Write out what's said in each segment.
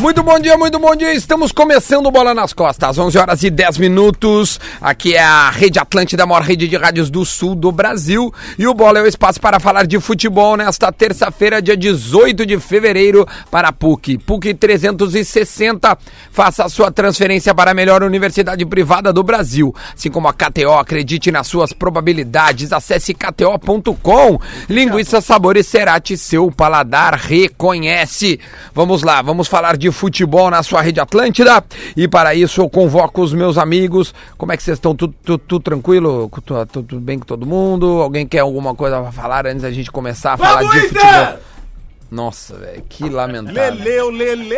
Muito bom dia, muito bom dia. Estamos começando o Bola nas Costas, às 11 horas e 10 minutos. Aqui é a Rede Atlântida, a maior rede de rádios do sul do Brasil. E o Bola é o espaço para falar de futebol nesta terça-feira, dia 18 de fevereiro, para a PUC. PUC 360, faça a sua transferência para a melhor universidade privada do Brasil. Assim como a KTO, acredite nas suas probabilidades. Acesse kto.com. Linguiça Sabores Cerati, seu paladar reconhece. Vamos lá, vamos falar de futebol na sua rede Atlântida. E para isso eu convoco os meus amigos. Como é que vocês estão? Tudo, tudo, tudo tranquilo? Tudo, tudo bem com todo mundo? Alguém quer alguma coisa pra falar antes da gente começar a falar Vamos, de Inter! futebol? Nossa, velho, que lamentável. Leleu, Lele,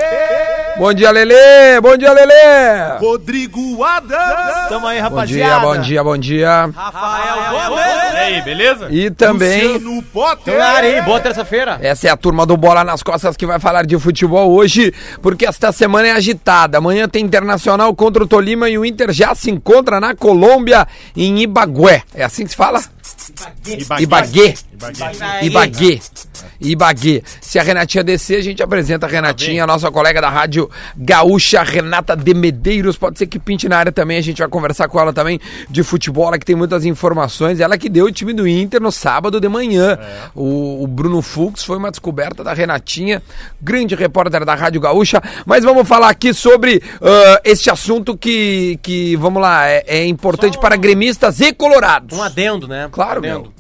Bom dia, Lelê! Bom dia, Lelê! Rodrigo Adams, Tamo aí, Bom dia, rapaziada. né? bom dia, bom dia. Rafael Gomes, E aí, beleza? E também. Luciano Potter. Claro, hein? Boa terça-feira. Essa é a turma do Bola nas Costas que vai falar de futebol hoje, porque esta semana é agitada. Amanhã tem Internacional contra o Tolima e o Inter já se encontra na Colômbia, em Ibagué. É assim que se fala? Ibagué. É Ibagué. Ibagué. Se a Renatinha descer, a gente apresenta a Renatinha, a nossa colega da rádio gaúcha, Renata de Medeiros. Pode ser que pinte na área também, a gente vai conversar com ela também de futebol, ela que tem muitas informações. Ela que deu o time do Inter no sábado de manhã. O, o Bruno Fux foi uma descoberta da Renatinha, grande repórter da Rádio Gaúcha. Mas vamos falar aqui sobre ah, este assunto que, que, vamos lá, é, é importante para gremistas e colorados. Um adendo, né? Claro, um adendo. meu.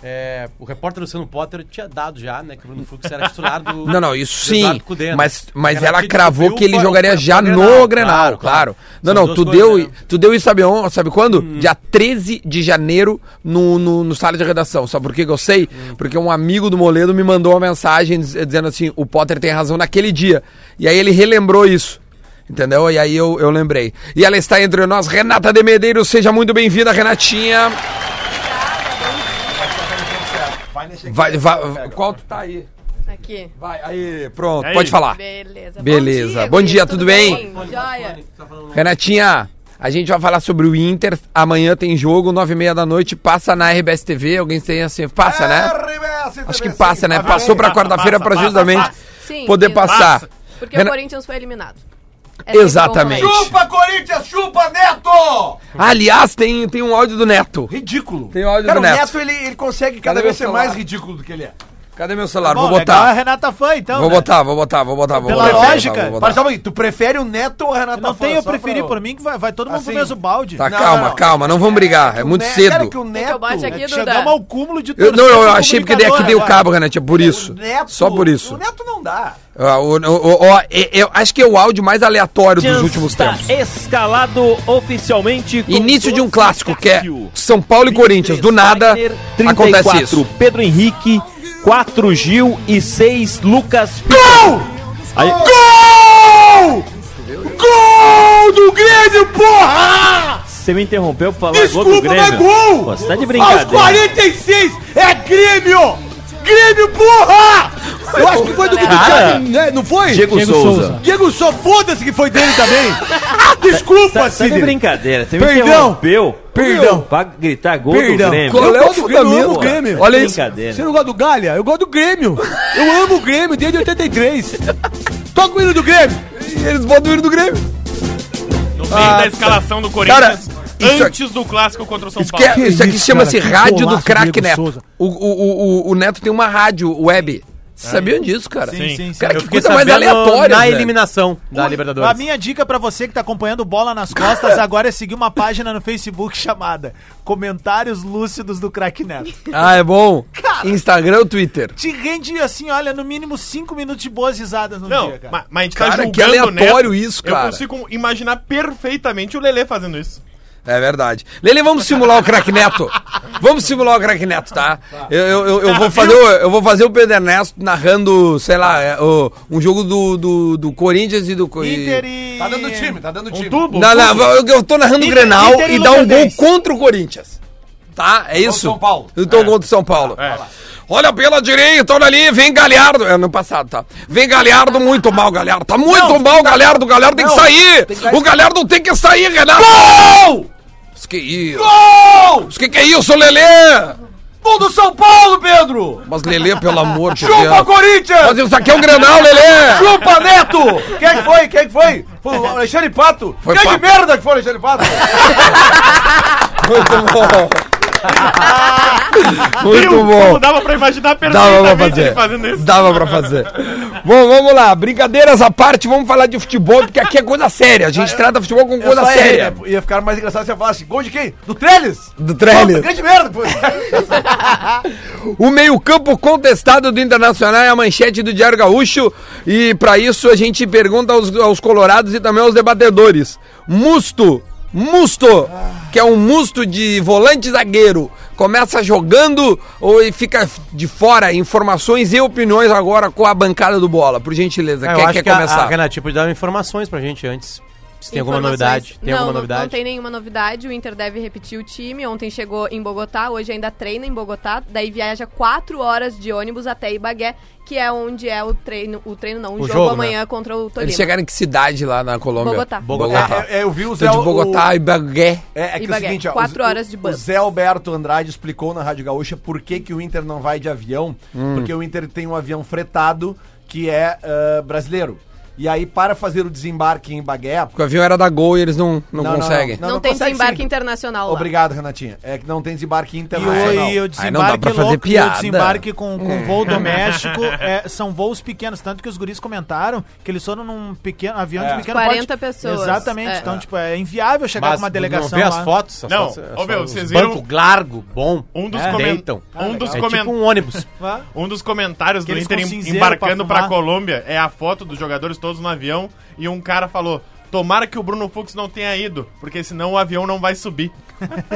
É, o repórter Luciano Potter tinha dado já, né? Que o Bruno Fux era titular do. Não, não, isso do sim. Eduardo Cudê, né? Mas, mas Ela ela que cravou descobriu que ele para- jogaria para- já para o no Grenal, Grenal, claro. claro, claro. Não, São não, duas tu coisas, deu, né? tu deu isso, sabe, on- sabe quando? Dia 13 de janeiro no, no, no sala de redação. Sabe por que que eu sei? Porque um amigo do Moledo me mandou uma mensagem diz- dizendo assim: o Potter tem razão naquele dia. E aí ele relembrou isso. Entendeu? E aí eu, eu lembrei. E ela está entre nós, Renata de Medeiros. Seja muito bem-vinda, Renatinha. Vai, vai, qual tu tá aí? Aqui. Vai, aí, pronto, Aí. pode falar. Beleza. Ah. Beleza. Bom guri, dia, tudo bem? Joia. Tá Renatinha, a gente vai falar sobre o Inter. Amanhã tem jogo, nove e meia da noite. Passa na RBS TV. Alguém tem assim? Passa, né? Acho que passa, né? Passou pra quarta-feira pra passa, justamente Sim. poder isso. passar. Porque Rena- o Corinthians foi eliminado. É sempre bom Exatamente. falar Chupa, Corinthians, chupa, Neto! Aliás, tem, tem um áudio do Neto. Ridículo. Tem áudio Cara, do o Neto. Neto, ele, ele consegue cada Cadê vez meu ser celular? mais ridículo do que ele é. Cadê meu celular? Bom, Vou legal é a botar. Renata Fã, então. Vou né? botar, vou botar, vou botar, vou Pela botar. vou botar, lógica, vou botar. Mas calma aí, tu prefere o Neto ou a Renata Não Fã? tem eu Só pra preferir por mim, que vai, vai todo mundo Assim. pro mesmo balde. Tá, Não, calma, não. calma, não vamos brigar. É O muito Ne- Né? Cara, cedo. É que o que eu Neto... bate aqui, Duda. Chegamos ao cúmulo de Eu, não, torcida eu achei porque daqui deu comunicadora, cabo, Renatinha, por isso. O Neto, Só por isso. O Neto não dá. Ah, o- o- o- ó, e- eu acho que é o áudio mais aleatório dos últimos está tempos. escalado oficialmente. com Início de um 12 clássico que é Cássio. São Paulo e Corinthians. Do nada Wagner, acontece isso. Pedro Henrique, 4 Gil e 6 Lucas. Gol! Aí- Gol! Gol do Grêmio, porra! Você me interrompeu pra falar gol do Desculpa, Grêmio. mas gol! Pô, você tá de Aos brincadeira. 46 é Grêmio! Grêmio, porra! Eu acho que foi do Grêmio, Cara. né? Não foi? Diego, Souza. Diego só foda-se que foi dele também. Ah, Desculpa, Tá, tá de Sidney. brincadeira. Você Perdão. me interrompeu. Perdão. Pra gritar gol Perdão. do Grêmio. Qual é o gosto do Grêmio, eu fundamento? amo o Grêmio. Olha isso. brincadeira. Você não gosta do Galha? Eu gosto do Grêmio. Eu amo o Grêmio desde 83. Toca o hino do Grêmio. Eles botam o hino do Grêmio. No fim Ah, da escalação do Corinthians, antes do clássico contra o São é- Isso, que é- Paulo. isso aqui isso, chama-se cara, que Rádio do golaço do Craque Diego Neto. Souza. O, o- o- o Neto tem uma rádio web. É. Vocês sabiam disso, cara? Sim, sim, sim. Cara, Eu que fiquei coisa mais sabendo aleatória. Na velho. eliminação da Libertadores. A minha dica pra você que tá acompanhando o Bola nas Costas agora é seguir uma página no Facebook chamada Comentários Lúcidos do Crack Neto. Ah, é bom. Instagram ou Twitter? Te rende, assim, olha, no mínimo 5 minutos de boas risadas no Não, dia, cara. mas, mas a gente tá Cara, julgando, que aleatório né? isso, cara. Eu consigo imaginar perfeitamente o Lelê fazendo isso. É verdade. Lele, vamos simular o craque Neto. Vamos simular o craque Neto, tá? Eu, eu, eu- eu Tá, vou fazer, o- eu vou fazer o Pedro Ernesto narrando, sei lá, é, o- um jogo do, do, do Corinthians e do Co- Inter e... Tá dando time, tá dando time. tubo? Não, não, eu, eu tô narrando o Inter- Grenal Inter e e dá um gol Luverdense. contra o Corinthians. Tá? É isso? São Paulo. É. Então gol do São Paulo. Olha pela direita, olha ali, vem Galhardo. É no passado, tá? Vem Galhardo, muito mal, Galhardo. Tá muito mal, Galhardo. Galhardo tem que sair. O Galhardo tem que sair, Renato. Gol! Isso que isso? Gol! Isso que, que é isso, Lelê? gol do São Paulo, Pedro! Mas Lelê, pelo amor de Deus. Chupa, Corinthians! Mas isso aqui é um Grenal, Lelê! Chupa, Neto! Quem é que foi? Quem que foi? Foi o Alexandre Pato. Foi Quem Pato. que merda que foi o Alexandre Pato? Muito bom. Muito Viu? bom. Como dava pra imaginar Dava pra perfeitamente ele fazer. fazendo isso. Dava pra fazer. Bom, vamos lá. Brincadeiras à parte, vamos falar de futebol, porque aqui é coisa séria. A Ah, gente trata futebol com coisa só errei, séria. né? Ia ficar mais engraçado se eu falasse gol de quem? Do Trellis? Do Puta, trailer. Grande merda! pô. O meio-campo contestado do Internacional é a manchete do Diário Gaúcho. E pra isso a gente pergunta aos, aos colorados e também aos debatedores. Musto, Musto, que é um musto de volante zagueiro, começa jogando ou e fica de fora? Informações e opiniões agora com a bancada do Bola, por gentileza. Ah, eu Quem acho quer que a- começar? A, Renatinha pode dar informações pra gente antes. Se tem alguma Informações. novidade. Tem não, alguma não- novidade? Não, tem nenhuma novidade. O Inter deve repetir o time. Ontem chegou em Bogotá, hoje ainda treina em Bogotá. Daí viaja quatro horas de ônibus até Ibagué, que é onde é o treino. O treino não, o, O jogo, jogo, amanhã contra o Tolima. Eles chegaram em que cidade lá na Colômbia? Bogotá. Bogotá. É, é, eu vi o Zé... Tô de Bogotá e Bagué. o- É, é que é o Ibagué, seguinte, ó, quatro o- horas de o bus. Zé Alberto Andrade explicou na Rádio Gaúcha por que, que o Inter não vai de avião, porque o Inter tem um avião fretado que é ah, brasileiro. E aí, para fazer o desembarque em Bagué, Porque o avião era da Gol e eles não, não, Não, não, conseguem. Não, Não, não tem consegue desembarque sim. internacional lá. Obrigado, Renatinha. É que não tem desembarque E o, internacional. e Aí o não dá desembarque pra fazer louco, e o piada. desembarque com, com voo doméstico é, são voos pequenos, tanto que os guris comentaram que eles foram num pequeno avião de pequeno 40 pessoas. Exatamente, É. então tipo é inviável chegar Mas com uma delegação Não vê lá. as fotos? As Não, fotos- as ô, meu, fotos- vocês os viram- Banco largo, bom. Um dos, É. comen- Deitam. um dos, É comen- tipo um ônibus. Vá. um dos comentários do Aqueles Inter com em- cinzeiro embarcando pra pra, fumar. Colômbia é a foto dos jogadores todos no avião e um cara falou: Tomara que o Bruno Fux não tenha ido, porque senão o avião não vai subir.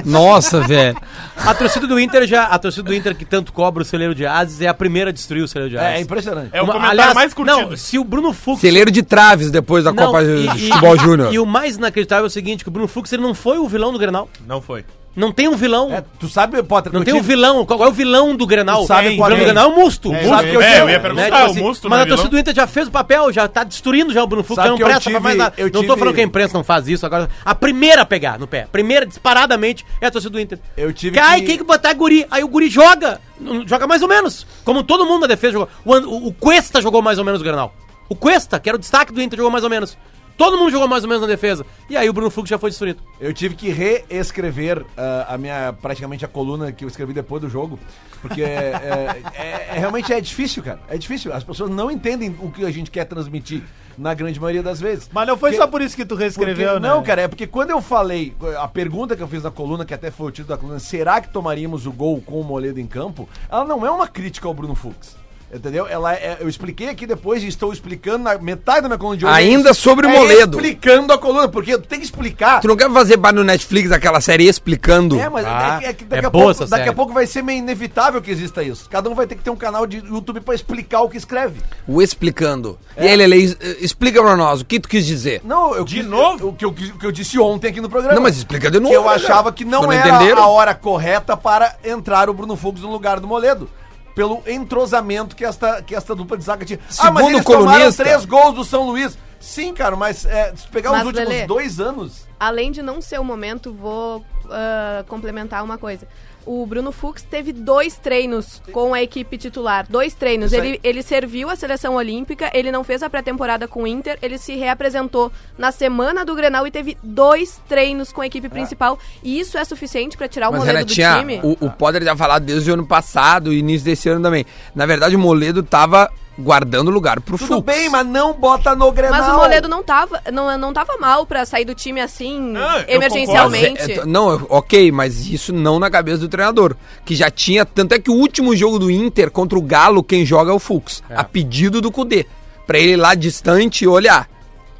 Nossa, velho. A torcida do Inter já. A torcida do Inter que tanto cobra o celeiro de ases é a primeira a destruir o celeiro de ases. É, é impressionante. É o Uma- comentário aliás, mais curtido. Não, se o Bruno Fux. Celeiro de Traves depois da Não, é Copa de e- de e- Futebol Júnior. E o mais inacreditável é o seguinte: que o Bruno Fux ele não foi o vilão do Grenal. Não foi. Não tem um vilão. É, tu sabe, Potter, não que tem eu um tive- vilão. Qual é o vilão do Grenal? Tu sabe Tem. o qual vilão é. do Grenal é o Musto. É, Musto. sabe que eu é, tive- eu ia Né? perguntar, Tipo assim, o Musto mas não a é vilão? torcida do Inter já fez o papel, já tá destruindo já o Bruno Fux, Sabe já não que eu presta tive- pra mais nada. eu Não tive- tô falando que a imprensa não faz isso agora. A primeira a pegar no pé, a primeira disparadamente é a torcida do Inter. Eu tive Cai, que- quem que botar guri? Aí o guri joga, Não, joga mais ou menos, como todo mundo na defesa jogou. O, An- o, o Cuesta jogou mais ou menos o Granal. O Cuesta, que era o destaque do Inter, jogou mais ou menos. Todo mundo jogou mais ou menos na defesa. E aí o Bruno Fux já foi destruído. Eu tive que reescrever ah, a minha, praticamente a coluna que eu escrevi depois do jogo, porque é, é- é- é- realmente é difícil, cara. É difícil. As pessoas não entendem o que a gente quer transmitir na grande maioria das vezes. Mas não foi Porque- só por isso que tu reescreveu, porque, né? Não, cara, é porque quando eu falei, a pergunta que eu fiz na coluna, que até foi o título da coluna, será que tomaríamos o gol com o Moledo em campo? Ela não é uma crítica ao Bruno Fux. Entendeu? Ela é- eu expliquei aqui depois e estou explicando na metade da minha coluna de hoje. É Ainda sobre o Moledo. Explicando a coluna, porque tu tem que explicar. Tu não quer fazer bar no Netflix aquela série explicando? É, mas Ah, é que- é que daqui, é a boa pouco, essa daqui a série. pouco vai ser meio inevitável que exista isso. Cada um vai ter que ter um canal de YouTube pra explicar o que escreve. O explicando. E aí, Lele, es- explica pra nós o que tu quis dizer. É. Não, eu de novo? o, que eu, o que eu disse ontem aqui no programa. Não, mas explica de novo, Que eu né, achava cara? que não Vocês não era entenderam? a hora correta para entrar o Bruno Fux no lugar do Moledo. Pelo entrosamento que esta, que esta dupla de zaga tinha. Ah, mas Segundo eles o colunista- tomaram três gols do São Luís. Sim, cara, mas é, se pegar os Mas, últimos Lelê, dois anos. Além de não ser o momento, vou ah, complementar uma coisa. O Bruno Fux teve dois treinos com a equipe titular. Dois treinos. Ele, ele serviu a seleção olímpica, ele não fez a pré-temporada com o Inter, ele se reapresentou na semana do Grenal e teve dois treinos com a equipe principal. E isso é suficiente pra tirar o Ah. Mas, Moledo do Renatinha, time? o, o Potter já falado desde o ano passado, início desse ano também. Na verdade, o Moledo tava guardando lugar pro Tudo Fux. bem, mas não bota no Grenal. Mas o Moledo não tava, não, não tava mal pra sair do time assim, Ah, eu Mas emergencialmente. é- é- não, eu- ok, mas isso não na cabeça do treinador. Que já tinha. Tanto é que o último jogo do Inter contra o Galo, quem joga é o Fux. A pedido do Cudê. Pra ele ir lá distante e olhar.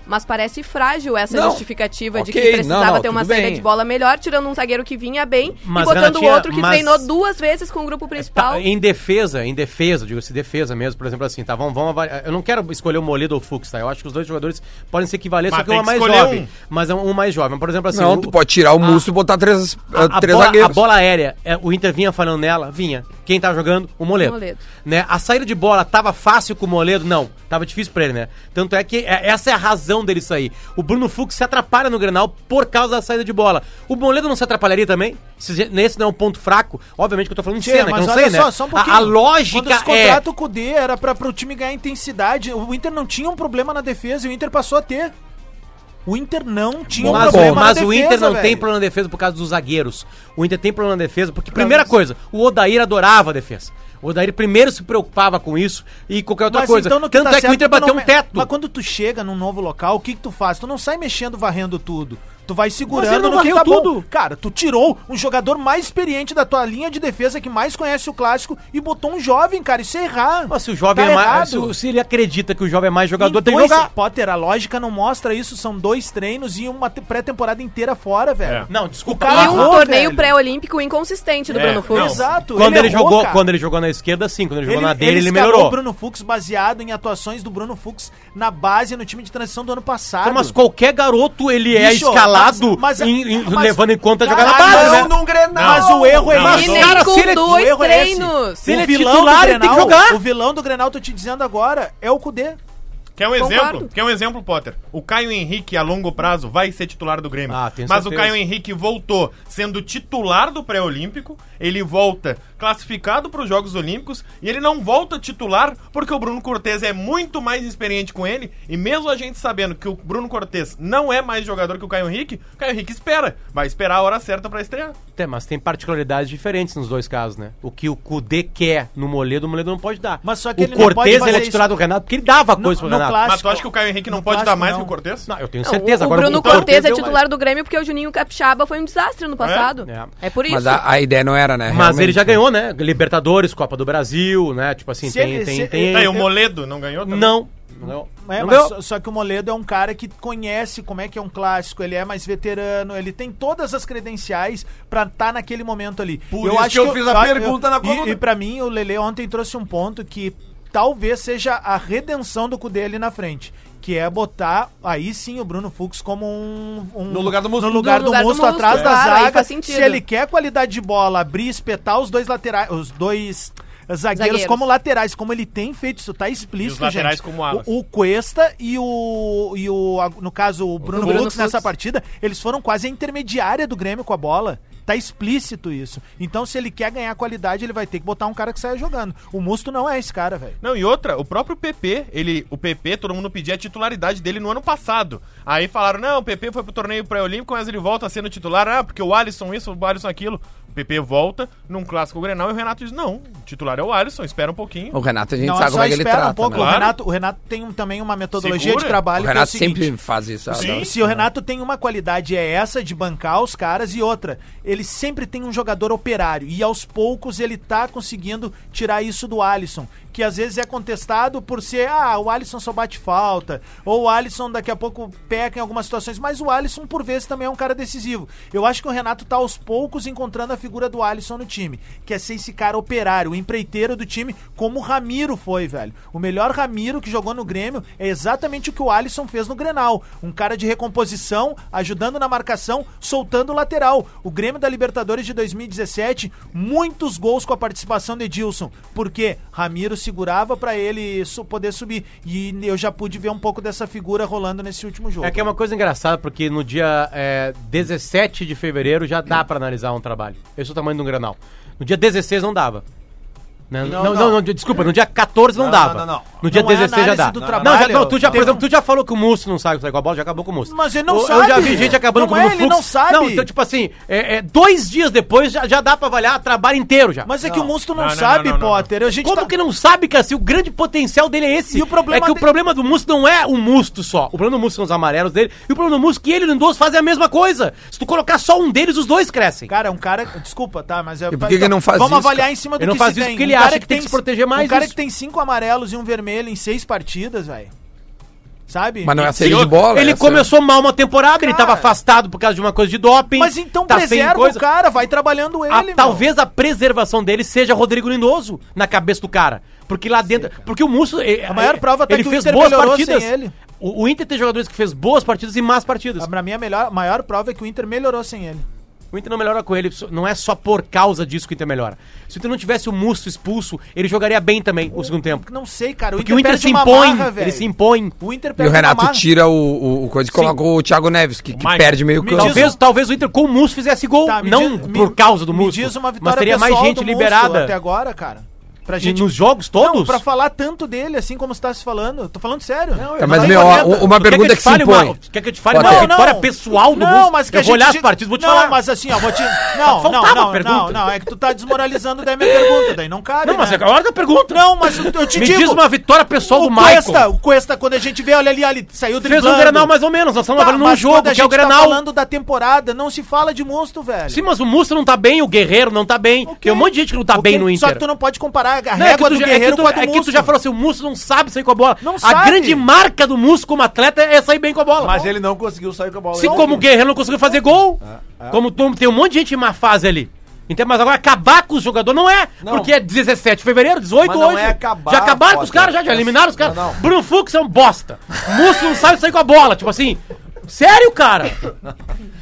Mas parece frágil essa Não. justificativa Ok, de que precisava não, não, ter uma tudo saída bem. de bola melhor, tirando um zagueiro que vinha bem Mas, e botando o Renatinha, outro que mas- treinou duas vezes com o grupo principal. Tá, em defesa, em defesa, digo se defesa mesmo, por exemplo, assim, tá? Vamos, vamos avaliar. Eu não quero escolher o Moledo ou o Fux, tá? Eu acho que os dois jogadores podem se equivaler, Mas só que tem um é que mais escolher jovem. um. Mas é um um mais jovem. Por exemplo, assim. não, o- tu pode tirar o Múcio e botar três, a, eh, a três bola, zagueiros. a bola aérea, é, o Inter vinha falando nela, vinha. Quem tá jogando? O Moledo. Moledo. Né? A saída de bola tava fácil com o Moledo? Não, tava difícil pra ele, né? Tanto é que é, essa é a razão razão dele sair. O Bruno Fux se atrapalha no Grenal por causa da saída de bola. O Moledo não se atrapalharia também? Se esse não é um ponto fraco, obviamente que eu tô falando de Tchê, cena, que eu mas não olha sei, só, né? só um A- pouquinho. a, Quando lógica esse é... contrato com o Kudê era pra, pro time ganhar intensidade, o Inter não tinha um problema na defesa e o Inter passou a ter. O Inter não tinha um Mas, problema mas na o defesa, Inter não velho. tem problema na defesa por causa dos zagueiros. O Inter tem problema na defesa porque, primeira coisa, o Odair adorava a defesa. O Odair primeiro se preocupava com isso e qualquer outra Mas coisa. então no tá Tanto é que o certo, Inter tu bateu não um me- teto. Mas quando tu chega num novo local, o que que tu faz? Tu não sai mexendo, varrendo tudo. Tu vai Mas ele segurando não no que varreu tá bom. tudo. Cara, tu tirou um jogador mais experiente da tua linha de defesa, que mais conhece o clássico, e botou um jovem, cara. Isso é errar. Mas se o jovem Tá é mais. Se, errado. o- se ele acredita que o jovem é mais jogador, Em tem que dois- jogar. Potter, a lógica não mostra isso. São dois treinos e uma te- pré-temporada inteira fora, velho. Não, desculpa. O cara é E um Errou, torneio velho. pré-olímpico inconsistente do É, Bruno Fux. não. Exato. Quando ele, errou, jogou, é cara. quando ele jogou na esquerda, sim. Quando ele jogou Ele- na dele, ele, escalou o melhorou. Bruno Fux baseado em atuações do Bruno Fux na base no time de transição do ano passado. Mas qualquer garoto, ele é Bicho, mas- escalado, mas- em- em- mas- levando em conta jogar na Caralho, base, né? é- não, num Grenal. Mas o erro é Não, esse. mas E o nem cara, com se ele- o dois erro é esse. treinos. Se ele é o vilão titular, do ele tem que Grenal, jogar. O vilão do Grenal, tô te dizendo agora, é o Cudê. Quer um Concordo. exemplo? Quer um exemplo, Potter? O Caio Henrique, a longo prazo, vai ser titular do Grêmio. Ah, tenho Mas o certeza. Caio Henrique voltou sendo titular do pré-olímpico, ele volta classificado para os Jogos Olímpicos e ele não volta titular porque o Bruno Cortes é muito mais experiente com ele e mesmo a gente sabendo que o Bruno Cortes não é mais jogador que o Caio Henrique, o Caio Henrique espera, vai esperar a hora certa para estrear. Tem, É, mas tem particularidades diferentes nos dois casos, né? O que o Cudê quer no Moledo, o Moledo não pode dar. Mas só que o ele não Cortez, pode ele fazer é titular do Renato porque ele dava No- coisa pro no Renato. clássico. Mas tu acha que o Caio Henrique não No pode dar clássico, mais não. que o Cortes? Não, eu tenho Não, certeza. o, o agora Bruno Cortes Cortes é deu titular do Grêmio porque o Juninho Capixaba foi um desastre no passado. É? É, por isso. Mas a, a ideia não era, né? Mas ele Realmente, já né? ganhou, né? Libertadores, Copa do Brasil, né? Tipo assim, Se tem, ele- tem, se- tem. Tá, e o Moledo não ganhou? também? Não. Não ganhou. É, mas Não ganhou. só, só que o Moledo é um cara que conhece como é que é um clássico, ele é mais veterano, ele tem todas as credenciais pra estar naquele momento ali. Por isso que eu fiz a pergunta na coluna. E, e pra mim, o Lele ontem trouxe um ponto que talvez seja a redenção do Cudê ali na frente. Que é botar aí sim o Bruno Fux como um. um- No lugar do Musto. No lugar No do, lugar do Musto, Musto, atrás da claro, aí zaga. faz sentido. Se ele quer qualidade de bola, abrir, espetar os dois laterais. Os dois. Zagueiros, Zagueiros. como laterais, como ele tem feito, isso tá explícito, E os laterais gente. como alas. O, o Cuesta e o, e o. a- No caso, o Bruno, Bruno Fux nessa Fux. partida, eles foram quase a intermediária do Grêmio com a bola. Tá explícito isso. Então, se ele quer ganhar qualidade, ele vai ter que botar um cara que saia jogando. O Musto não é esse cara, velho. Não, e outra, o próprio PP, ele, o PP, todo mundo pedia a titularidade dele no ano passado. Aí falaram, não, o PP foi pro torneio pré-olímpico, mas ele volta sendo titular, ah, porque o Alisson isso, o Alisson aquilo. O PP volta num clássico Grenal e o Renato diz, não, o titular é o Alisson, espera um pouquinho. O Renato a gente Não, sabe como só é que ele espera trata. um pouco. né? O, Claro. Renato, o Renato tem um- também uma metodologia Segura. de O trabalho Renato que é o seguinte, sempre faz isso. ah, Sim. não. Se o Renato tem uma qualidade é essa de bancar os caras e outra, ele sempre tem um jogador operário e aos poucos ele tá conseguindo tirar isso do Alisson, que às vezes é contestado por ser, ah, o Alisson só bate falta, ou o Alisson daqui a pouco peca em algumas situações, mas o Alisson por vezes também é um cara decisivo. Eu acho que o Renato tá aos poucos encontrando a figura do Alisson no time, que é ser esse cara operário, o empreiteiro do time, como o Ramiro foi, velho. O melhor Ramiro que jogou no Grêmio é exatamente o que o Alisson fez no Grenal. Um cara de recomposição, ajudando na marcação, soltando o lateral. O Grêmio da Libertadores de 2017, muitos gols com a participação de Edilson, porque Ramiro segurava pra ele su- poder subir. E eu já pude ver um pouco dessa figura rolando nesse último jogo. né? É que é uma coisa engraçada, porque no dia é, 17 de fevereiro já dá pra analisar um trabalho. Esse é o tamanho do Granal. No dia 16 não dava. Né? Não, não, não, desculpa, no dia 14 não, Não, dava. não, não, não. No dia Não é 16 já análise dá. do não, trabalho, já- não, tu já, por teve- exemplo, tu já falou que o Musso não sabe sair com a bola, já acabou com o Musso. Mas ele não eu, Eu sabe. já vi gente acabando Não com o é, Bruno ele não sabe. Não, então, tipo assim, é- é, dois dias depois já, já dá pra avaliar o trabalho inteiro já. Mas é que o Musto não, Não, não, sabe, não, não, não. Potter. A gente Como tá- que não sabe, cara? Se o grande potencial dele é esse. E o problema é que o de- problema do Musto não é o Musto só. O problema do Musto são os amarelos dele. E o problema do Musto é que ele e o Lindoso fazem a mesma coisa. Se tu colocar só um deles, os dois crescem. Cara, um cara. Desculpa, tá? Mas é. E por que que não faz Vamos isso, avaliar cara? em cima do Ele não que faz se isso tem. porque Um ele cara acha que tem que se proteger mais, Um cara isso. que tem cinco amarelos e um vermelho em seis partidas, velho. Sabe? Mas não é a assim. saída de bola. ele essa- começou mal uma temporada, ele Cara. tava afastado por causa de uma coisa de doping. Mas então tá sem preserva coisa. o cara, vai trabalhando ele. A- meu. talvez a preservação dele seja Rodrigo Lindoso na cabeça do cara. Porque lá dentro. Porque o Musso. eh, A maior eh, prova tá ele que o fez Inter boas melhorou sem partidas. ele. Ah, O, o Inter tem jogadores que fez boas partidas e más partidas. Pra mim, a melhor, maior prova é que o Inter melhorou sem ele. O Inter não melhora com ele, so- não é só por causa disso que o Inter melhora. Se o Inter não tivesse o Musto expulso, ele jogaria bem também o segundo tempo. Não sei, cara. Porque o Inter perde se uma impõe, marra, velho. ele se impõe. O E Inter o perde uma Renato marra. tira o, o, o coisa e coloca o Thiago Neves, que, que Mike. perde meio Me campo. diz Talvez, talvez o Inter com o Musto fizesse gol, Tá, me não diz- me- por causa do me Musto. diz uma vitória mas teria mais pessoal gente do Musto liberada. até agora, cara. Pra E gente nos jogos todos? Não, pra falar tanto dele, assim como está se falando. Tô falando sério. Não, Tá, mas, meu, ó, uma Tu pergunta quer que, eu te se fale impõe. uma- tu Quer que eu te fale Pode uma ter. vitória pessoal do Não, Musto? mas que eu a vou gente- olhar as partidas e vou te não, falar. mas assim, ó, vou te... Não, não, faltava não, pergunta. não, não, é que tu tá desmoralizando daí a minha pergunta, daí não cabe, Não, mas né? é a hora da pergunta. Não, mas eu te Me digo... diz uma vitória pessoal o do Michael. Cuesta, o Cuesta, quando a gente vê, olha ali, ali saiu Fez driblando. um Grenal mais ou menos, nós estamos Tá, falando num mas quando jogo, a que é o gente tá Grenal. falando da temporada, não se fala de monstro, velho. Sim, mas o Musto não tá bem, o Guerreiro não tá bem. Tem um monte de gente que não tá Ok, bem no Inter. Só que tu não pode comparar a Não, é, que régua tu, do já- é, que Guerreiro tu, com a do é que tu Musto. já falou assim, o Musso não sabe sair com a bola. Não a sabe. grande marca do Musso como atleta é sair bem com a bola. Mas ele não conseguiu sair com a bola. Se é, como o Guerreiro não conseguiu fazer gol, Ah, como tu- tem um monte de gente em má fase ali. Entendeu? Mas agora acabar com os jogadores não é, Não. porque é 17 de fevereiro, 18 Mas não hoje. é acabar, já acabaram com os Potter. caras, já, já eliminaram os caras. Não, não. Bruno Fux é um bosta. Musso não sabe sair com a bola, tipo assim. Sério, cara?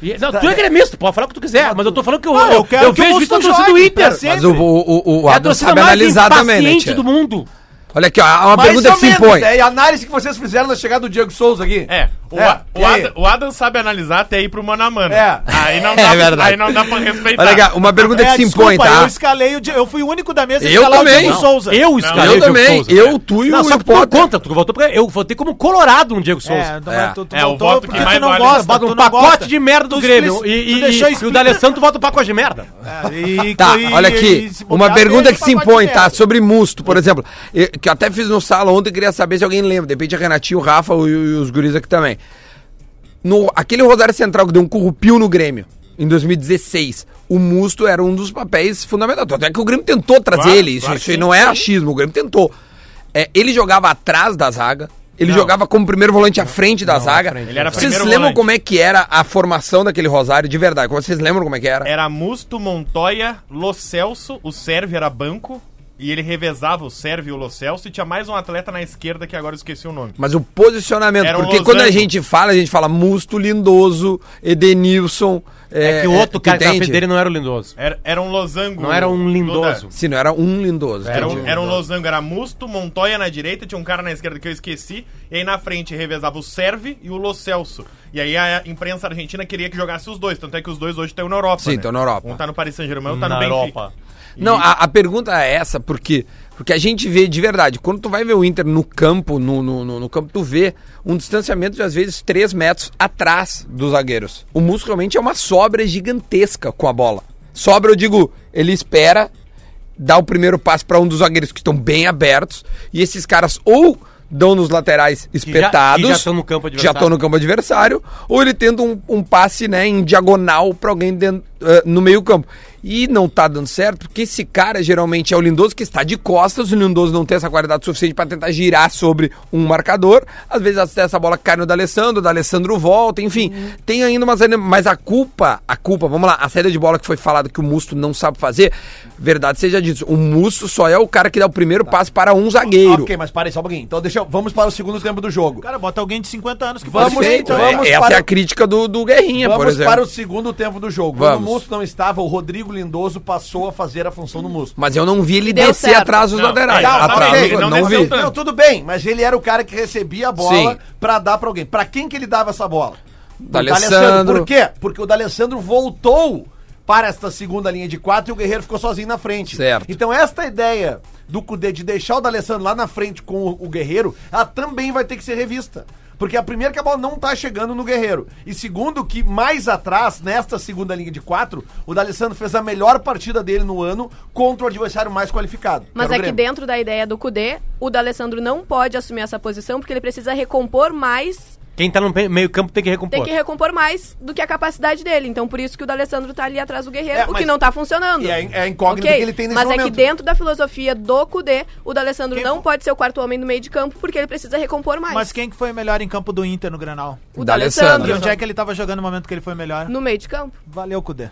E- não, tu é gremista, pode falar o que tu quiser, mas eu tô falando que eu, Não, eu, eu quero eu que o vejo Musso isso na torcida do jogue Inter. pra ser- Mas o, o, o, o É a Adam torcida sabe mais analisar também, né, impaciente tia? do mundo. Olha aqui, ó, uma Mais pergunta ou que se menos, impõe. É e a análise que vocês fizeram na chegada do Diego Souza aqui. É, o, A- o e aí? Adam, o Adam sabe analisar até ir pro mano a mano. É. Aí não É dá, verdade. aí não dá pra respeitar. Olha aqui, ó, uma pergunta que É, se impõe, desculpa, Eu tá? escalei o Di- Eu fui o único da mesa a Eu escalar o também. Diego Souza. Eu escalei Eu o Diego também, Souza. eu, tu e Não, o só que tu não repórter. conta, tu votou porque eu votei como colorado no Diego Souza. É, tu, É. tu, tu É, o voltou voto que porque mais tu não vale. gosta, Bota tu um não pacote gosta. de merda do Tu Grêmio. expli- E, tu deixou e, e, e o explícito. D'Alessandro bota um pacote de merda. É, e- Tá, e- olha e- aqui, se bobear, uma pergunta perde que o se um pacote impõe, de tá? merda. Sobre Musto, por exemplo, eu- que eu até fiz no sala ontem, queria saber se alguém lembra, de repente a Renatinho, o Rafa o- e os guris aqui também. No, aquele Rosário Central que deu um currupio no Grêmio, em 2016, o Musto era um dos papéis fundamentais. Tanto é que o Grêmio tentou trazer Claro, ele, isso, claro isso que sim, não é achismo, o Grêmio tentou. É, ele jogava atrás da zaga, ele Não. jogava como primeiro volante à frente da zaga. Ele era Vocês primeiro lembram volante. como é que era a formação daquele Rosário de verdade? Vocês lembram como é que era? Era Musto, Montoya, Lo Celso, o Sérvio era banco, e ele revezava o Sérvio e o Lo Celso, e tinha mais um atleta na esquerda que agora eu esqueci o nome. Mas o posicionamento, Era um porque quando a losango. gente fala, a gente fala Musto, Lindoso, Edenilson. É, que o outro cara que tava frente dele não era o Lindoso. Era, era um losango. Não era um lindoso. Sim, não era um Lindoso. Era entendi. um, era um losango, era Musto, Montoya na direita, tinha um cara na esquerda que eu esqueci, e aí na frente revezava o Serve e o Lo Celso. E aí a imprensa argentina queria que jogasse os dois, tanto é que os dois hoje estão na Europa. Sim, estão na Europa. Um tá no Paris Saint-Germain, outro tá Na no Benfica. Europa. Não, a, a pergunta é essa, porque porque a gente vê de verdade, quando tu vai ver o Inter no campo, no, no, no- no campo, tu vê um distanciamento de às vezes 3 metros atrás dos zagueiros. O Musto realmente é uma sobra gigantesca com a bola. Sobra, eu digo, ele espera, dá o primeiro passo para um dos zagueiros que estão bem abertos, e esses caras ou dão nos laterais espetados, que já estão no campo já estão adversário. no campo adversário, ou ele tenta um, um passe né, em diagonal pra alguém dentro, eh, no meio campo. E não tá dando certo, porque esse cara geralmente é o Lindoso que está de costas, o Lindoso não tem essa qualidade suficiente pra tentar girar sobre um marcador, às vezes até essa bola cai no D'Alessandro, o D'Alessandro volta, enfim, tem ainda umas... anim- Mas a culpa, a culpa, vamos lá, a saída de bola que foi falado que o Musto não sabe fazer, verdade seja dito, o Musto só é o cara que dá o primeiro passo para um zagueiro. Ok, mas para aí só um pouquinho. Então deixa, eu- vamos para o segundo tempo do jogo. Cara, bota alguém de 50 anos que Vamos, Perfeito, então, é- vamos essa para é a o- crítica do, do Guerrinha, É, por Vamos exemplo. para o segundo tempo do jogo. Quando Vamos. o Musto não estava, o Rodrigo Lindoso passou a fazer a função do Musto. Mas eu não vi ele Deu descer certo. atrás dos Não, laterais. é, Tá, exatamente, atrás, ele Ah, não, não vi. desceu Não, tudo bem, mas ele era o cara que recebia a bola Sim. pra dar pra alguém. Pra quem que ele dava essa bola? D'Alessandro. Por quê? Porque o D'Alessandro voltou para esta segunda linha de quatro e o Guerreiro ficou sozinho na frente. Certo. Então esta ideia do Cudê de deixar o D'Alessandro lá na frente com o, o Guerreiro, ela também vai ter que ser revista. Porque a primeira que a bola não tá chegando no Guerreiro. E segundo que mais atrás, nesta segunda linha de quatro, o D'Alessandro fez a melhor partida dele no ano contra o adversário mais qualificado. Mas que era o é que Grêmio. dentro da ideia do Cudê, o D'Alessandro não pode assumir essa posição porque ele precisa recompor mais, Quem tá no pe- meio campo tem que recompor. tem que recompor mais do que a capacidade dele. Então por isso que o D'Alessandro tá ali atrás do Guerreiro, É, o mas- que não tá funcionando. E é- é a incógnita Ok? que ele tem nesse Mas é momento. que dentro da filosofia do Cudê, o D'Alessandro Quem não fo- pode ser o quarto homem do meio de campo porque ele precisa recompor mais. Mas quem que foi melhor em campo do Inter no Granal? O D'Alessandro. E D'Alessandro. onde é que ele tava jogando no momento que ele foi melhor? No meio de campo. Valeu, Cudê.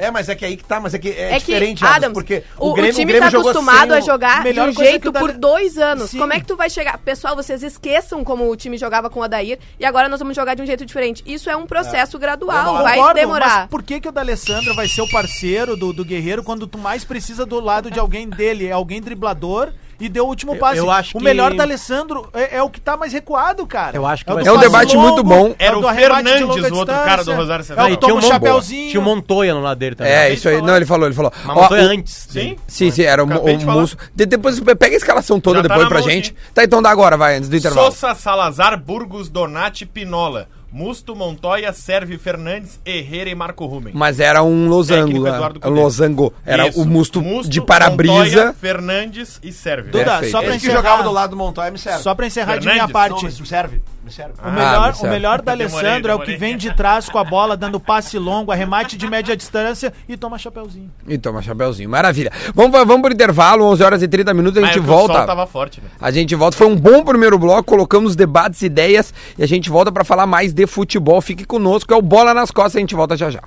É, mas é que aí que tá, mas é que é, É que, diferente, Adams, Adams, porque o, o Grêmio- time Grêmio tá jogou acostumado sem a o- jogar de melhor um coisa que jeito o Dada- por dois anos. Sim. Como é que tu vai chegar? Pessoal, vocês esqueçam como o time jogava com o Adair e agora nós vamos jogar de um jeito diferente. Isso é um processo gradual, vai Concordo, demorar. Mas por que, que o D'Alessandro vai ser o parceiro do, do Guerreiro quando tu mais precisa do lado de alguém dele? É alguém driblador e deu o último Eu- passe. eu acho o que- melhor D'Alessandro é, é o que tá mais recuado, cara. Eu acho que do vai ser- É um passe debate muito bom. é Era do o arremate de Fernandes, longa o outro distância, cara do Rosário É o Central. que Não, toma o tinha um Mon- chapéuzinho. Tinha o Montoya no lado assim, dele também. É, isso aí. Não, ele falou, ele falou. Mas Ó, Montoya o- antes. Sim? Sim, sim, era o, Acabei o de falar. Musso. De- depois pega a escalação toda Já tá depois na pra mão gente. aqui. Tá, então dá agora, vai, antes do intervalo. Sousa, Salazar, Burgos, Donati, Pinola. Musto, Montoya, Serve, Fernandes, Herrera e Marco Ruben. Mas era um losango, Técnico né? Eduardo Cudê. losango. Era Isso. o musto, Musto, de para-brisa. Então, Montoya, Fernandes e Serve. Duda, Perfeito. só pra Esse que encerrar, jogava do lado do Montoya me serve. só pra encerrar de Fernandes, minha parte. Não, mas me serve, me serve. O Ah, melhor, Marcelo. o melhor da Demorei, Alessandro é o que demorei. vem de trás com a bola, dando passe longo, arremate de média distância e toma chapéuzinho. E toma chapéuzinho, maravilha. Vamos, pra- vamos pro intervalo, 11 horas e 30 minutos, a Mas gente é que O volta. sol tava forte, né? A gente volta. Foi um bom primeiro bloco, colocamos debates, ideias e a gente volta pra falar mais de futebol. Fique conosco, é o Bola nas Costas, a gente volta já já.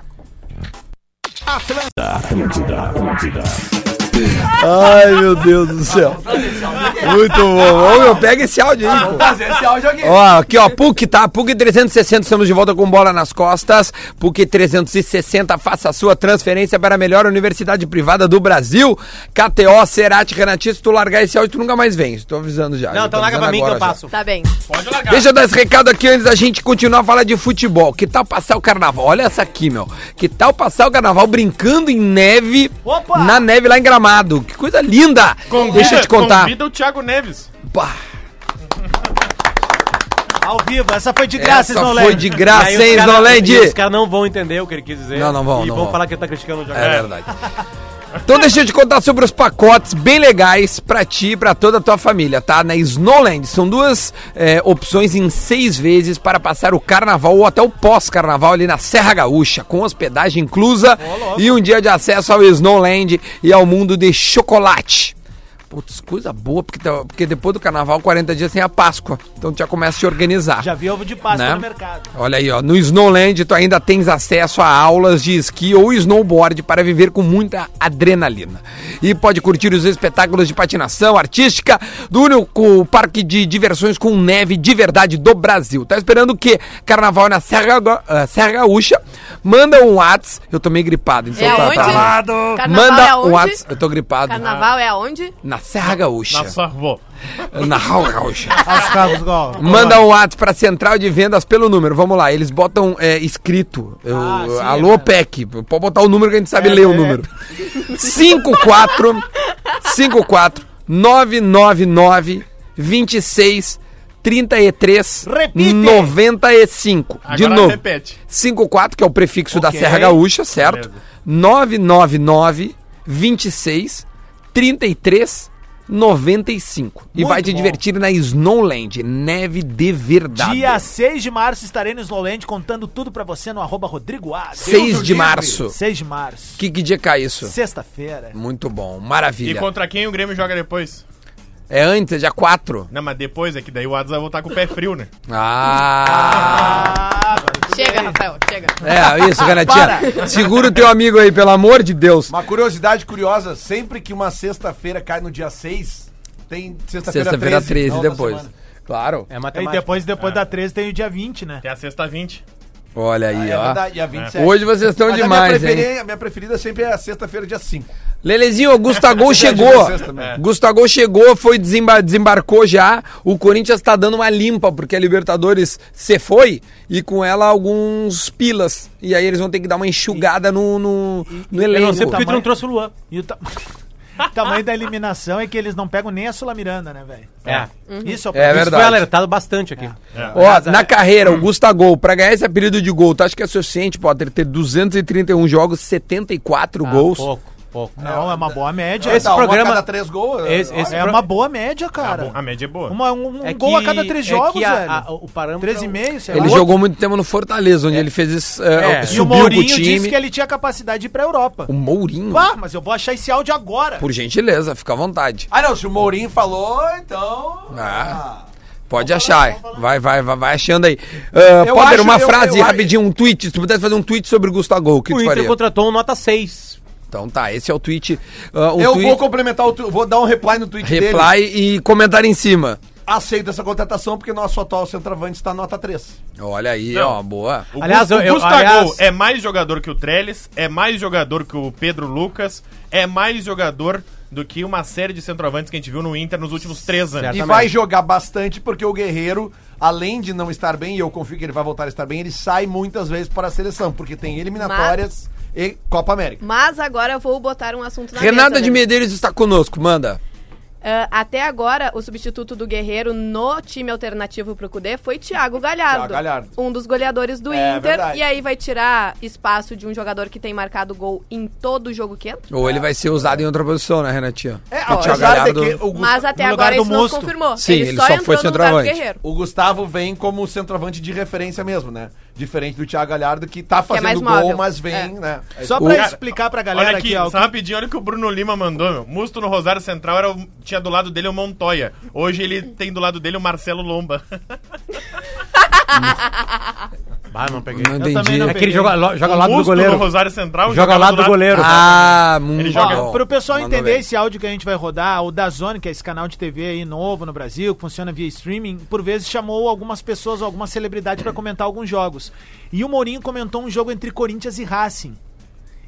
Ai, meu Deus do céu. Muito bom. Ô, meu, pega esse áudio aí, pô. Mas esse áudio aqui. Ó, aqui ó, PUC, tá? PUC 360, estamos de volta com bola nas costas. PUC 360, faça a sua transferência para a melhor universidade privada do Brasil. KTO, Cerati, Renatinho, se tu largar esse áudio, tu nunca mais vem. Estou avisando já. Não, Já tô então larga avisando pra mim que eu agora já. passo. Tá bem. Pode largar. Deixa eu dar esse recado aqui antes da gente continuar a falar de futebol. Que tal passar o carnaval? Olha essa aqui, meu. Que tal passar o carnaval brincando em neve, Opa! na neve lá em Gramado? Que coisa linda! Convida- Deixa eu te contar. Convida o Thiago Neves. Pá, Ao vivo, essa foi de graça, essa foi Snowland. de E aí graça, os hein, cara- Snoland? e Os caras não vão entender o que ele quis dizer. Não, não vão, E não vão vão. falar que ele tá criticando o jogador. É verdade. Então deixa eu te contar sobre os pacotes bem legais pra ti e pra toda a tua família, tá? Na Snowland são duas é, opções em seis vezes para passar o carnaval ou até o pós-carnaval ali na Serra Gaúcha, com hospedagem inclusa e um dia de acesso ao Snowland e ao mundo de chocolate. Putz, coisa boa, porque, tá- porque depois do carnaval, 40 dias tem a Páscoa. Então tu já começa a te organizar. Já vi ovo de pasta Né? no mercado. Olha aí, ó. No Snowland, tu ainda tens acesso a aulas de esqui ou snowboard para viver com muita adrenalina. E pode curtir os espetáculos de patinação artística do único parque de diversões com neve de verdade do Brasil. Tá esperando o quê? Carnaval na Serra, Ga- ah, Serra Gaúcha. Manda um Whats. Eu tô meio gripado, então É tá. aonde? tá. Carnaval é Manda um aonde? Whats. Eu tô gripado. Carnaval é aonde? Na Serra Gaúcha. Na sua avó. Na Serra Gaúcha. As cabos, ó. Manda um WhatsApp pra central de vendas pelo número. Vamos lá, eles botam é, escrito. Eu- Ah, sim, alô, é. PEC. Pode botar o número que a gente sabe ler o número. 54 54 999 26 33 Repite. 95. de Agora novo. repete. 54, que é o prefixo da Ok. Serra Gaúcha, certo? Beleza. 999 26 33 95. e Muito vai te bom. divertir na Snowland, neve de verdade. Dia 6 de março estarei no Snowland contando tudo pra você no arroba Rodrigo Adas. 6 de livre. março. 6 de março. Que, que dia cai isso? Sexta-feira. Muito bom, E maravilha. contra quem o Grêmio joga depois? É antes, é dia 4. Não, mas depois é que daí o Adams vai voltar com o pé frio, né? Ah! Ah, Chega, Rafael, chega. É, isso, Renatinha. Segura o teu amigo aí, pelo amor de Deus. Uma curiosidade curiosa, sempre que uma sexta-feira cai no dia 6, tem sexta-feira Sexta-feira 13, 13, na outra depois. semana. Claro. É aí matemática. depois, depois da 13 tem o dia 20, né? Até a sexta 20. Olha aí, É ó. verdade, dia 27. Hoje vocês estão Mas a minha, demais, hein? preferida, a minha preferida sempre é a sexta-feira, dia 5. Lelezinho, o é Gustavo chegou. vocês também. É. Gustavo chegou, foi desemba- desembarcou já. O Corinthians tá dando uma limpa, porque a Libertadores se foi e com ela alguns pilas. E aí eles vão ter que dar uma enxugada no, no, no Eu elenco. não sei porque tu não Tamanho- trouxe o Luan. E o, ta- o tamanho da eliminação é que eles não pegam nem a Sulamiranda, né, velho? É. Isso é É o problema. Isso verdade. foi alertado bastante aqui. Ó, na carreira, o Gustavo, pra ganhar esse apelido de gol, tu acha que é suficiente, Potter, ter 231 jogos, Ah, 74 gols? Pouco, pouco. Não, é uma boa média. Esse um a programa- cada três gols. Esse- esse- É uma boa média, Tá. cara. A média é boa. Uma- um um É gol a que- cada três é jogos, que a- velho. a- o parâmetro. 13,5, sei lá. Ele jogou muito tempo no Fortaleza, onde ele fez isso, é, É. E o subiu com o Mourinho time. disse que ele tinha capacidade de ir pra Europa. O Mourinho, Pá, mas eu vou achar esse áudio agora. por gentileza, fica à vontade. Ah, não, se o Mourinho falou, então... Ah. Pode achar. Vai, vai, vai, vai achando aí. Ah, Eu Potter, acho- uma eu- frase eu- rapidinho, um tweet. Se tu pudesse fazer um tweet sobre o Gustavo, o que O tu Inter faria? contratou um nota 6. Então tá, esse é o tweet. ah, um eu tweet, vou complementar o tu- vou dar um reply no tweet dele. reply e comentário em cima. Aceita essa contratação porque nosso atual centroavante está nota 3. Olha aí, Não. ó, boa. O Aliás, Gus- eu- eu- o Gustavo aliás- é mais jogador que o Trellis, é mais jogador que o Pedro Lucas, é mais jogador do que uma série de centroavantes que a gente viu no Inter nos últimos três anos. Certo. E Exatamente. vai jogar bastante porque o Guerreiro, além de não estar bem, e eu confio que ele vai voltar a estar bem, ele sai muitas vezes para a seleção, porque tem eliminatórias e Copa América. Mas agora eu vou botar um assunto na Renata mesa, de né? Medeiros está conosco, manda. Ah, até agora, o substituto do Guerreiro no time alternativo pro Cudê foi Thiago Galhardo. Thiago Galhardo. Um dos goleadores do É Inter. verdade. E aí vai tirar espaço de um jogador que tem marcado gol em todo jogo que entra. Ou ele vai ser usado em outra posição, né, Renatinha? Porque É, o Thiago apesar de Galhardo- que o, Gus- Mas até no lugar agora do isso não se Musto. confirmou. Sim, ele só foi centroavante. Guerreiro. o Gustavo vem como centroavante de referência mesmo, né? Diferente do Thiago Galhardo, que tá fazendo é mais gol, móvel. mas vem, É. né? É Só isso. pra Cara, explicar pra galera Olha aqui, aqui, ó. só rapidinho, olha o que o Bruno Lima mandou, meu. Musto no Rosário Central era o- tinha do lado dele o Montoya. Hoje ele tem do lado dele o Marcelo Lomba. Ah, não peguei. Não entendi. não É que ele joga, lo- joga ao lado do Musto no goleiro. Rosário Central Joga ao jogava lado do goleiro. Ah, muito Ele joga- bom. Ó, Para o pessoal Mandou entender bem. esse áudio que a gente vai rodar, o Dazone, que é esse canal de TV aí novo no Brasil, que funciona via streaming, por vezes chamou algumas pessoas, algumas celebridades para comentar alguns jogos. E o Mourinho comentou um jogo entre Corinthians e Racing.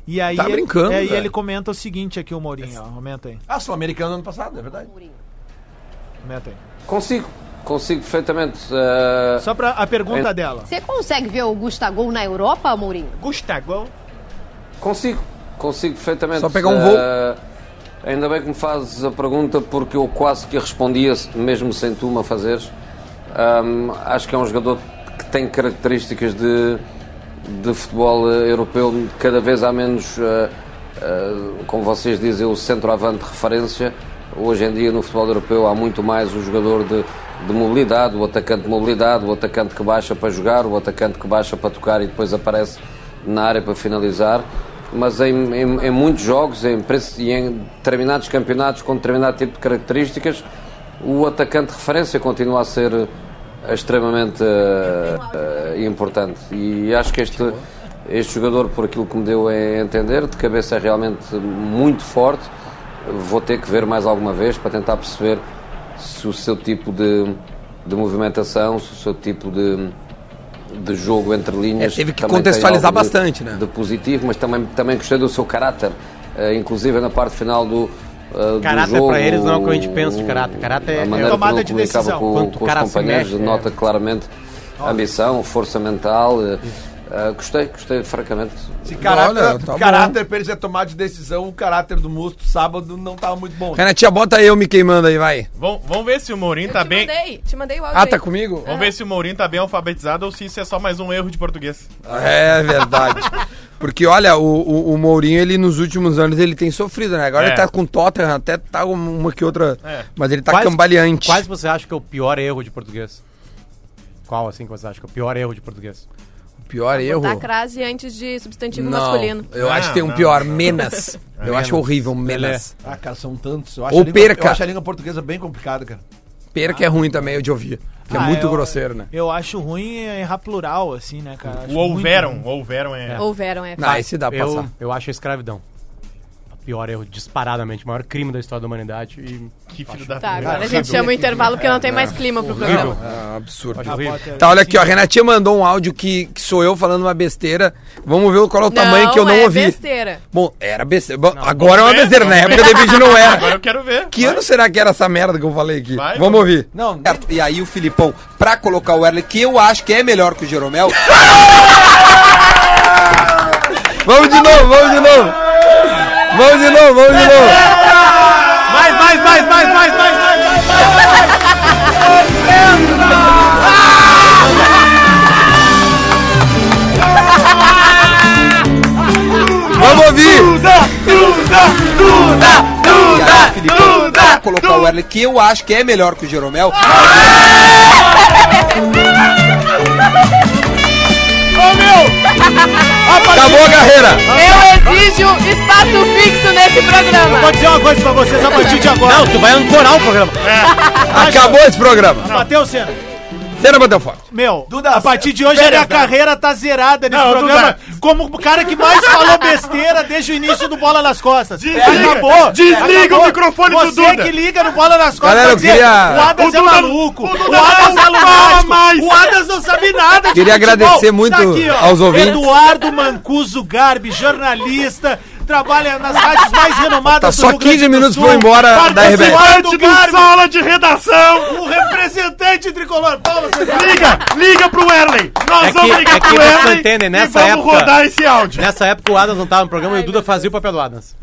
E aí, Tá ele- brincando, é, e velho. ele comenta o seguinte aqui, o Mourinho, ó, aumenta aí, Ah, sul-americano ano passado, é verdade. aumenta aí. Consigo, consigo perfeitamente. eh, Só pra a pergunta É- dela. Você consegue ver o Gustavo na Europa, Mourinho? Gustavo. consigo, consigo perfeitamente. Só pegar um voo. eh, ainda bem que me fazes a pergunta porque eu quase que respondia, mesmo sem tu me a fazeres. Ahm, acho que é um jogador que tem características de, de futebol eh, europeu cada vez há menos, eh, eh, como vocês dizem, o centroavante de referência. Hoje em dia no futebol europeu há muito mais o jogador de, de mobilidade, o atacante de mobilidade, o atacante que baixa para jogar, o atacante que baixa para tocar e depois aparece na área para finalizar mas em, em- em muitos jogos em preço- e em determinados campeonatos com determinado tipo de características, o atacante de referência continua a ser eh, extremamente eh, eh, importante. E acho que este, este jogador, por aquilo que me deu a entender, de cabeça é realmente muito forte. Vou ter que ver mais alguma vez para tentar perceber se o seu tipo de, de movimentação, se o seu tipo de, de jogo entre linhas. É, teve que também tem contextualizar algo de- bastante, né? de positivo, mas também, também gostei do seu caráter, eh, inclusive na parte final do. eh, do Caráter jogo, pra eles não é o que a gente pensa de caráter. Caráter é- a é maneira tomada como de comunicava decisão. Com, Quanto o com os cara se companheiros mexe, né? denota claramente ambição, força mental. eh, eh, gostei, gostei, francamente. Se caráter, Olha, tá bom. caráter pra eles é tomar de decisão, o caráter do Musto sábado não tava muito bom. Renatinha, bota eu me queimando aí, vai. Vamos, vamos ver se o Mourinho tá te bem. mandei, te mandei o áudio. Ah, tá aí. comigo? Vamos ver se o Mourinho tá bem alfabetizado ou se isso é só mais um erro de português. É verdade. Porque, olha, o, o, o Mourinho, ele nos últimos anos, ele tem sofrido, né? Agora É. ele tá com Tottenham, até tá uma que outra. É. Mas ele tá Quais- cambaleante. Quais você acha que é o pior erro de português? Qual, assim, que você acha que é o pior erro de português? O pior erro. Tá crase antes de substantivo não, masculino. eu acho que tem um Não, pior, menas. Eu acho horrível, menas. Ah, cara, são tantos. Eu acho Ou a língua- perca. Eu acho a língua portuguesa bem complicada, cara. Perca é ruim também, eu de ouvir. Porque Ah, é muito eu- grosseiro, né? Eu acho ruim errar plural, assim, né, cara? Acho O muito houveram, ruim. o houveram é. Houveram, é. Não, esse dá pra Eu, passar. eu acho a escravidão. O pior erro, disparadamente, o maior crime da história da humanidade. E Que filho da Tá, agora a gente chama o intervalo porque não tem mais clima pro programa. É um absurdo. acho horrível. Tá, olha aqui, ó. A Renatinha mandou um áudio que, que sou eu falando uma besteira. Vamos ver qual é o tamanho que eu não é ouvi. besteira. Bom, era besteira. Bom, agora é uma vamos ver, besteira. Na vamos época da vídeo não era. Agora eu quero ver. Que ano será que era essa merda que eu falei aqui? Vai, Vamos vamos. ouvir. É, Não, E aí o Filipão, pra colocar o Erle, que eu acho que é melhor que o Jeromel. vamos de novo, vamos de novo. Vamos de novo, vamos de novo. Mais, mais, mais, mais, mais, mais, mais, mais. Vamos ouvir. Duda, Duda, Duda, Duda, Duda. Pra colocar o Erle, que eu acho que é melhor que o Jeromel. Eu existo! exige um espaço fixo nesse programa. Vou dizer uma coisa pra vocês a partir de agora. Não, tu vai ancorar o programa. Acabou esse programa. Bateu, Senna. Cena bateu forte. Meu, Duda, a partir de hoje a férias, minha né? carreira tá zerada nesse Não, programa. Duda. Como o cara que mais falou besteira desde o início do Bola nas Costas. Acabou. Desliga o microfone Você do Duda. que liga no Bola nas Costas Galera, pra eu queria- o Adas O é Duda- maluco, o o, Duda Adas não é lunático, fala mais. o Adas não sabe nada de Queria futebol. Tá agradecer muito aos ouvintes. Eduardo Mancuso Garbi, jornalista, trabalha nas rádios mais renomadas Tá só Rio Grande 15 minutos Sul. pra eu ir embora Participante da RBS. do Participante do Garbi, sala de redação. o representante tricolor. Palmas, Liga, liga pro Erley. Nós É vamos que- ligar é que pro vocês Erley entendem, e nessa vamos época- rodar esse áudio. Nessa época o Adams não tava no programa e o Duda fazia o papel do Adams.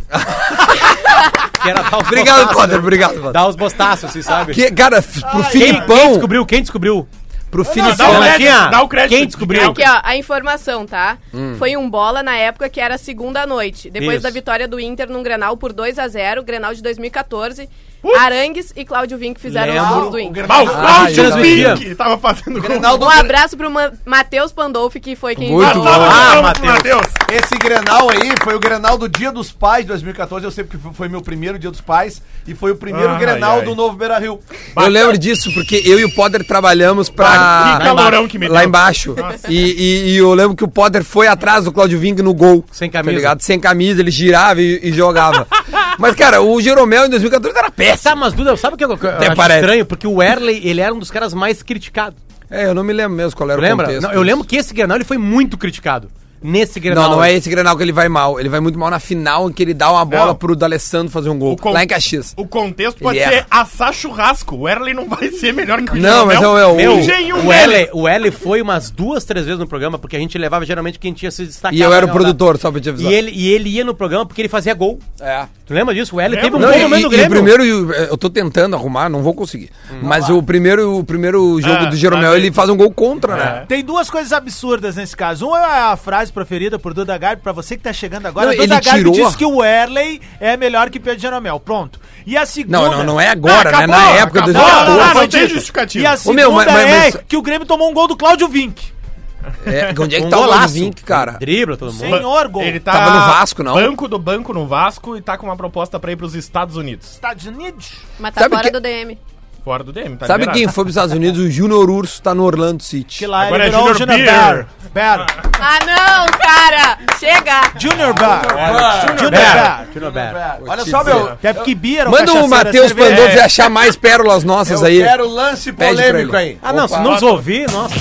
que era dar os Obrigado, bostaços, Potter. né? Obrigado, Potter. Dar os bostaços, assim, sabe? Que, cara, f- pro Quem, quem Filipão. descobriu? Quem descobriu? Pro Dá Filipão. o Renatinha, crédito, dá o crédito. Quem descobriu? Tá Aqui, ó, a informação, tá? Hum. Foi um bola na época que era segunda à noite, depois Isso. da vitória do Inter num Grenal por 2 a 0 Grenal de 2014. Arangues e Cláudio Vinck fizeram os Lembro. gols do Inter. Mal, mal, eu tio não sabia. Pink tava fazendo gol. Grenal do Um abraço pro Ma Matheus Pandolfi, que foi quem Muito falou. bom. Ah, Ah, Matheus. Matheus. Esse Grenal aí foi o Grenal do Dia dos Pais de 2014. Eu sei porque foi meu primeiro Dia dos Pais e foi o primeiro Ai, Grenal ai. do novo Beira Rio. Eu lembro disso, porque eu e o Potter trabalhamos Ah, que pra. calorão que me deu. Lá embaixo. E, e- e eu lembro que o Potter foi atrás do Claudio Ving no gol. Tá Sem camisa. Sem camisa, ele girava e, e jogava. Mas, cara, o Jeromel em 2014 era péssimo. Sabe, mas Duda, sabe o que eu, eu Até acho parece. estranho? Porque o Erley, ele era um dos caras mais criticados. É, eu não me lembro mesmo qual era o Lembra? contexto. Não, eu lembro que esse Grenal ele foi muito criticado. Nesse Grenal. né? Não, não é esse Grenal que ele vai mal. Ele vai muito mal na final em que ele dá uma bola Não. pro D'Alessandro fazer um gol. O con- Lá em Caxias. O contexto pode Ele ser erra. assar churrasco. O Erley não vai ser melhor que o Não, mas Jeromel. é o- é Meu, o- Engenho O Erley. L, o L foi umas duas, três vezes no programa, porque a gente levava geralmente quem tinha se destacado. E eu era o na produtor, só pra te avisar. rodada. E ele, e ele ia no programa porque ele fazia gol. É. Tu lembra disso? O L Lembro. teve um Não, bom e- momento e, no o Grêmio. primeiro, eh, eu tô tentando arrumar, não vou conseguir. Mas o primeiro, o primeiro jogo Ah, do Jeromel, tá ele bem. faz um gol contra, né? Tem duas coisas absurdas nesse caso. Uma é a frase proferida por Duda Garbi, pra você que tá chegando agora. Não, Duda ele tirou disse a- que o Erley é melhor que Pedro Jeromel. Pronto. E a segunda... Não, não, não é agora, né? Na acabou, época do acabou. Não, não, não, Não foi tem dito. justificativa. E a Ô, segunda meu, mas- mas- é que o Grêmio tomou um gol do Cláudio Vinck. É, onde é que Um tá o golaço. Vink, cara? Dribla todo mundo. Senhor gol. Ele tá Tava no Vasco, não? Banco do banco no Vasco e tá com uma proposta pra ir pros Estados Unidos. Estados Unidos. Mas tá Sabe fora que- do DM. Fora do DM, tá Sabe liberado. quem foi pros Estados Unidos? O Júnior Urso tá no Orlando Que City. lá Agora é ele virou o Junior Junior Beer. Bear. Bear. Ah, não, cara! Chega! Junior Bear. Junior Bear. Bear, Tino Bear. Olha só, meu. Até porque Beer é um Manda o cachaceiro, Matheus cerveja. Pandolfi achar mais pérolas nossas Eu aí. quero lance Pede pra polêmico ele. aí. Ah, não, se nos ouvir, nossa.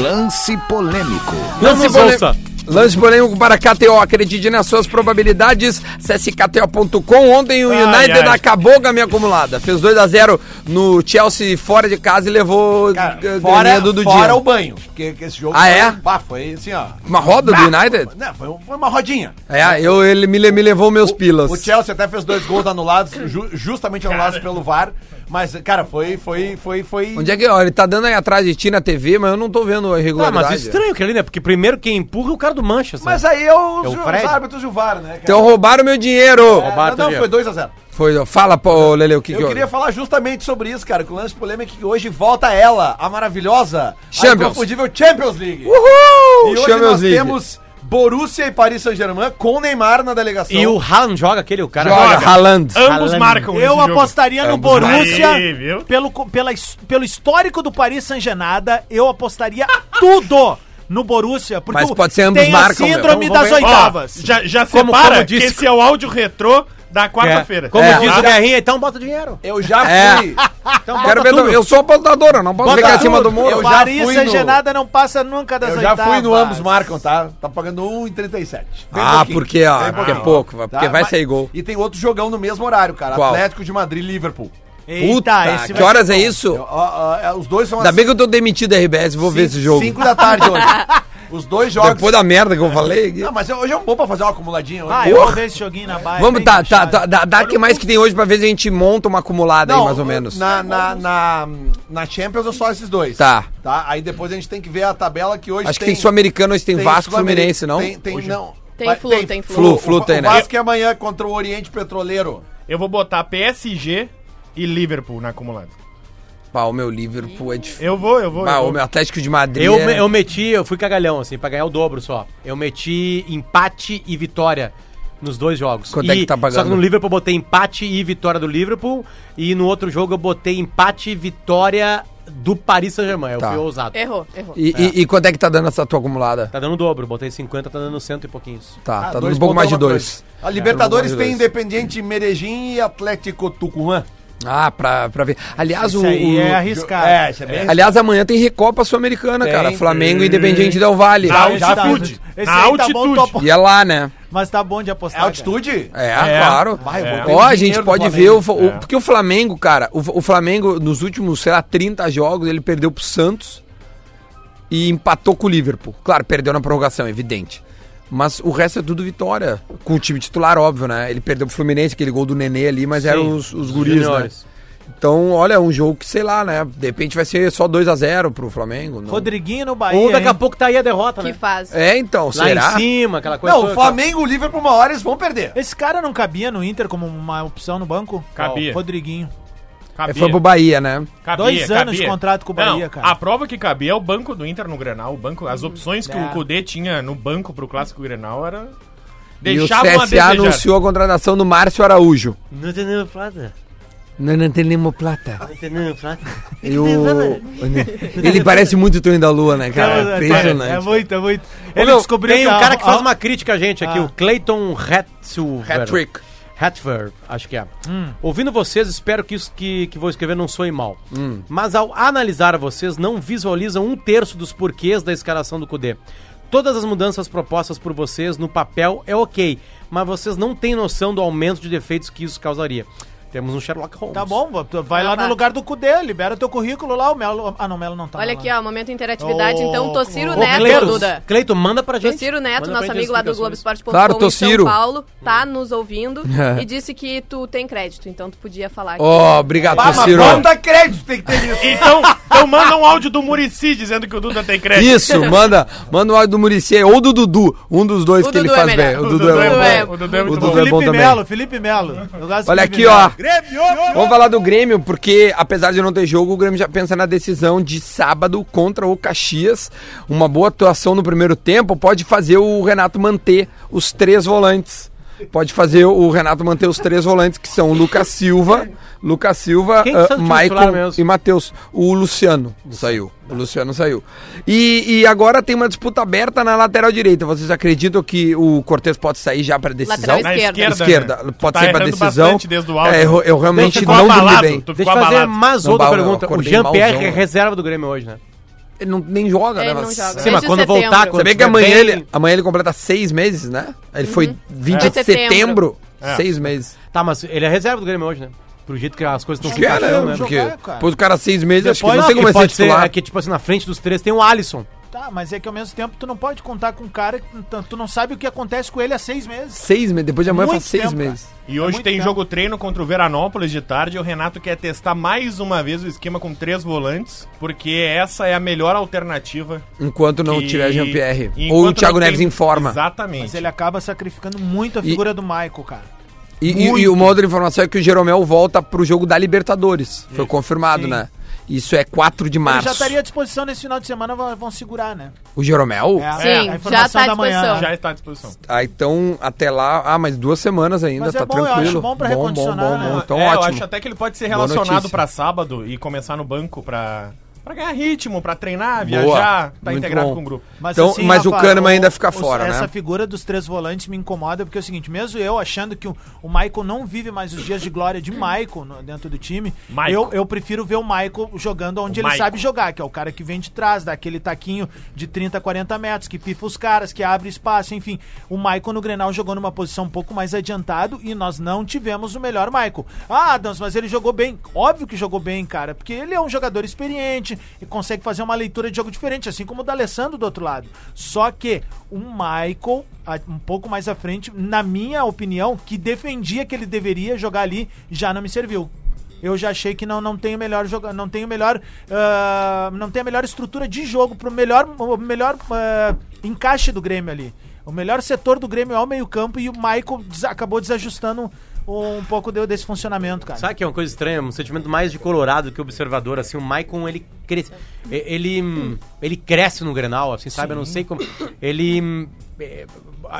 Lance polêmico. Não Lance nos polêmico- ouça. Lance polêmico para KTO. Acredite nas suas probabilidades. Acesse KTO.com. Ontem o Ai, United ai. acabou com a minha acumulada. Fez 2x0 no Chelsea fora de casa e levou Cara, g- fora, Ah, ganhando do fora dia. o banho. Porque que esse jogo Ah, foi, é? bah, foi assim, ó. Uma roda do United? Não, foi, um- foi uma rodinha. É, eu, ele me, le- me levou meus pilas. O Chelsea até fez dois gols anulados, ju- justamente anulados pelo VAR. Mas, cara, foi. foi, foi, foi... Onde é que ó, ele tá dando aí atrás de ti na TV, mas eu não tô vendo a Ah, irregularidade. mas estranho aquilo ali, né? Porque primeiro quem empurra é o cara do Manchester. Mas aí é os, É o ju- Fred? os árbitros e o VAR, né? cara? Então roubaram meu dinheiro. É, Roubaram não, teu foi 2x0. Foi, ó, fala, pô, Lele, o que Eu que houve? queria falar justamente sobre isso, cara. Que o lance polêmico é que hoje volta ela, a maravilhosa, Champions. a inconfundível Champions League. Uhul! E hoje Champions nós League. temos Borussia e Paris Saint-Germain com Neymar na delegação. E o Haaland joga aquele, o cara. Joga, Joga. Haaland. Ambos Haaland. marcam Eu nesse jogo. é um apostaria no Ambos Borussia Aí, viu? pelo, co- pela, his- pelo histórico do Paris Saint-Genada. Eu apostaria tudo no Borussia. Porque Mas o- pode ser ambos tem a marcam, meu. síndrome Vamos- das vamos ver. oitavas. Ó, já já Como- separa como que disse- esse é o áudio retrô da quarta-feira. É. Como É. diz Ah, o Guerrinha, então bota dinheiro. Eu já É. fui. Então Quero ver, tudo. eu sou apostador, eu não posso Bota ficar tudo. acima do Eu muro. já Paris fui no- Saint-Gerada não passa nunca das Eu já oitavas. fui no ambos marcam, tá? Tá pagando 1,37. Bem Ah, pouquinho. porque, ó, Bem porque é pouquinho. pouco, vai- Tá? porque vai Mas- sair gol. E tem outro jogão no mesmo horário, cara. Qual? Atlético de Madrid e Liverpool. Eita, Puta, esse que vai ser horas é isso? Eu- ó, ó, os dois são Ainda bem que eu tô demitido da RBS, vou ver esse jogo. 5 da tarde hoje. Os dois jogos. Depois da merda que eu falei. Não, mas hoje é um bom pra fazer uma acumuladinha. hoje. Ah, eu vou ver esse joguinho na baia. Vamos, bem tá, tá, fechado. tá, dá, dá que mais que tem hoje pra ver se a gente monta uma acumulada aí, mais ou menos. Na, na, na, na Champions é só esses dois. Tá. tá. Aí depois a gente tem que ver a tabela que hoje Acho que tem Sul-Americano, hoje tem, Vasco Sul-Ameri- Fluminense, não? Tem, tem, não. Tem Mas Flu, tem Flu. Flu, O- Flu o, tem, o né? Vasco é amanhã contra o Oriente Petroleiro. Eu vou botar PSG e Liverpool na acumulada. Pá, o meu Liverpool é difícil. Eu vou, eu vou. Bah, o meu Atlético de Madrid. Eu, é- me- eu meti, eu fui cagalhão, assim, pra ganhar o dobro só. Eu meti empate e vitória nos dois jogos. Quanto é E- que tá pagando? Só que no Liverpool eu botei empate e vitória do Liverpool. E no outro jogo eu botei empate e vitória do Paris Saint-Germain. Eu Tá. fui ousado. Errou, errou. E, e- e quanto é que tá dando essa tua acumulada? Tá dando o dobro, botei 50, tá dando cento e pouquinhos. Tá, Ah, tá dando dois um pouco mais de pontos é uma dois. coisa. A Libertadores É, um pouco mais de tem dois. Independiente Medellín e Atlético Tucumã. Ah, pra, pra ver. Aliás, o, Isso aí o- é arriscado. É, isso é bem aliás, amanhã tem Recopa Sul-Americana, cara. Flamengo e Independiente Del Vale. Tá, Esse já tá- pude. Esse Na aí tá bom, altitude. topo. E é lá, né? Mas tá bom de É apostar. cara. altitude? É, É. claro. Vai, eu vou Ó, perder a gente dinheiro pode do ver o, o- É. porque o Flamengo, cara, o, o Flamengo nos últimos, sei lá, 30 jogos, ele perdeu pro Santos e empatou com o Liverpool. Claro, perdeu na prorrogação, é evidente. Mas o resto é tudo vitória. Com o time titular, óbvio, né? Ele perdeu pro Fluminense, aquele gol do Nenê ali, mas eram os, os guris, né? juniores. Então, olha, é um jogo que, sei lá, né? De repente vai ser só 2 a 0 pro Flamengo. não- Rodriguinho no Bahia. Ou daqui a hein? pouco tá aí a derrota, Que né? faz. É, então, Lá será? em cima, aquela coisa. Não, o toda. Flamengo e o Liverpool uma hora eles vão perder. Esse cara não cabia no Inter como uma opção no banco? Cabia. Rodriguinho. É, Cabia, foi pro Bahia, né? cabia, Dois anos de contrato com o Bahia, Não, cara. A prova que cabia é o banco do Inter no Grenal. O banco, as opções que É. o Cudê tinha no banco pro Clássico Grenal era... E o Deixavam a CSA desejar. anunciou a contratação do Márcio Araújo. Não tem nenhuma plata. Não, não temos plata. Não tem nenhuma plata. Eu... Ele parece muito o Tony da Lua, né, cara? é, Impressionante. um é muito, é muito. Ele descobriu Tem um a- cara que faz a- uma crítica a gente aqui, Ah. o Clayton Hatsilver. Hat-trick. Hatver, acho que é. Ouvindo vocês, espero que isso que, que vou escrever não soe mal. Hum. Mas ao analisar vocês, não visualizam um terço dos porquês da escalação do Kudê. Todas as mudanças propostas por vocês no papel é ok, mas vocês não têm noção do aumento de defeitos que isso causaria. Temos um Sherlock Holmes. Tá bom, tu vai lá no Opa. lugar do Cudê, libera teu currículo lá, o Melo. Ah, não, o Melo não tá. Olha lá. aqui, ó, momento interatividade. então, Tociro Ô, Neto, Cleiton, Duda. Cleiton, manda pra gente. Tociro Neto, Manda pra nosso gente as amigo lá do explicações. Globoesporte.com Claro, em Tociro. É. São Paulo, tá nos ouvindo e disse que tu tem crédito, então tu podia falar aqui. Ó, obrigado, Ah, mas Ciro. bota crédito, tem que ter isso. Então, então manda um áudio do Murici dizendo que o Duda tem crédito. Isso, manda, manda o áudio do Murici ou do Dudu, um dos dois O que ele Dudu é faz melhor. bem. O O Dudu, Dudu é, bom. é bom. O Dudu é muito O Dudu bom. é bom Felipe também. Melo, Felipe Melo. Eu gosto do Olha Felipe aqui, ó. Melo. Vamos falar do Grêmio, porque apesar de não ter jogo, o Grêmio já pensa na decisão de sábado contra o Caxias. Uma boa atuação no primeiro tempo pode fazer o Renato manter os três volantes. Pode fazer o Renato manter os três volantes, que são o Lucas Silva, Lucas Silva, Quem que ah, saiu do time titular Maicon mesmo? e Matheus. O Luciano saiu. O Luciano saiu. E, e agora tem uma disputa aberta na lateral direita. Vocês acreditam que o Cortes pode sair já para decisão? Lateral Tá Na Esquerda. esquerda. esquerda. né? Pode Tu tá ser pra errando decisão. bastante desde o áudio. É, eu, eu Tu realmente ficou não dormi abalado, bem. Tu ficou Deixa eu fazer abalado. mais Não, outra Bauer, eu pergunta. O acordei Jean-Pierre é malzão. reserva do Grêmio hoje, né? Ele não, nem joga, É, né? ele mas- não joga. Sim, Sim, mas mas Sim, quando setembro. voltar, quando você vê que tiver amanhã bem- ele, amanhã ele completa seis meses, né? Ele foi 20 Foi de setembro, setembro. É. seis meses. Tá, mas ele é reserva do Grêmio hoje, né? Pro jeito que as coisas estão Que é, né? não Porque jogar, cara. depois o cara seis meses, acho que Depois- não sei como que vai ser pode ser, titular. é que, tipo assim, na frente dos três tem o Alisson. Tá, mas é que ao mesmo tempo tu não pode contar com um cara que tu- tu não sabe o que acontece com ele há seis meses. Seis meses, depois de amanhã Muito faz seis tempo, meses. E hoje É muito tem tempo. jogo treino contra o Veranópolis de tarde. E o Renato quer testar mais uma vez o esquema com três volantes, porque essa é a melhor alternativa. Enquanto não que- tiver Jean-Pierre. e Ou o enquanto Thiago não tem- Neves informa. Exatamente. Mas ele é acaba sacrificando muito a figura do Michael, cara. E, e- e uma outra informação é que o Jeromel volta pro jogo da Libertadores. Foi confirmado, Sim. né? Isso é 4 de Ele março. já estaria à disposição nesse final de semana, vão, vão segurar, né? O Jeromel? É a- Sim, é a já informação tá à da manhã, disposição. né? Já está à disposição. Ah, então até lá. Ah, mas duas semanas ainda, Mas é tá bom, eu tranquilo. acho bom pra recondicionar, né? Então É, Eu ótimo. acho até que ele pode ser Boa relacionado notícia. pra sábado e começar no banco pra, pra ganhar ritmo, pra treinar, viajar, tá Muito integrado bom. com o grupo. Então, assim, mas o Kahneman ainda fica fora, Essa né? figura dos três volantes me incomoda, porque é o seguinte, mesmo eu achando que o, o Michael não vive mais os dias de glória de Michael no- dentro do time, Michael. eu, eu prefiro ver o Michael jogando O onde ele Michael. sabe jogar, que é o cara que vem de trás, dá aquele taquinho de 30, 40 metros, que pifa os caras, que abre espaço, enfim. O Michael no Grenal jogou numa posição um pouco mais adiantado e nós não tivemos o melhor Michael. Ah, Adams, mas ele jogou bem. Óbvio que jogou bem, cara, porque ele é um jogador experiente e consegue fazer uma leitura de jogo diferente, assim como o D'Alessandro do outro lado. Só que o Michael, a- um pouco mais à frente, na minha opinião, que defendia que ele deveria jogar ali, já não me serviu. Eu já achei que não, não tem o melhor jogo, não tem o melhor, ah, não tem a melhor estrutura de jogo pro melhor, o melhor ah, encaixe do Grêmio ali. O melhor setor do Grêmio é o meio-campo e o Michael des- acabou desajustando um pouco deu desse funcionamento, cara. Sabe que é uma coisa estranha? Um sentimento mais de colorado que observador, assim, o Maicon, ele cresce, ele, ele cresce no Grenal, assim, sabe? Eu não sei como... Ele... é,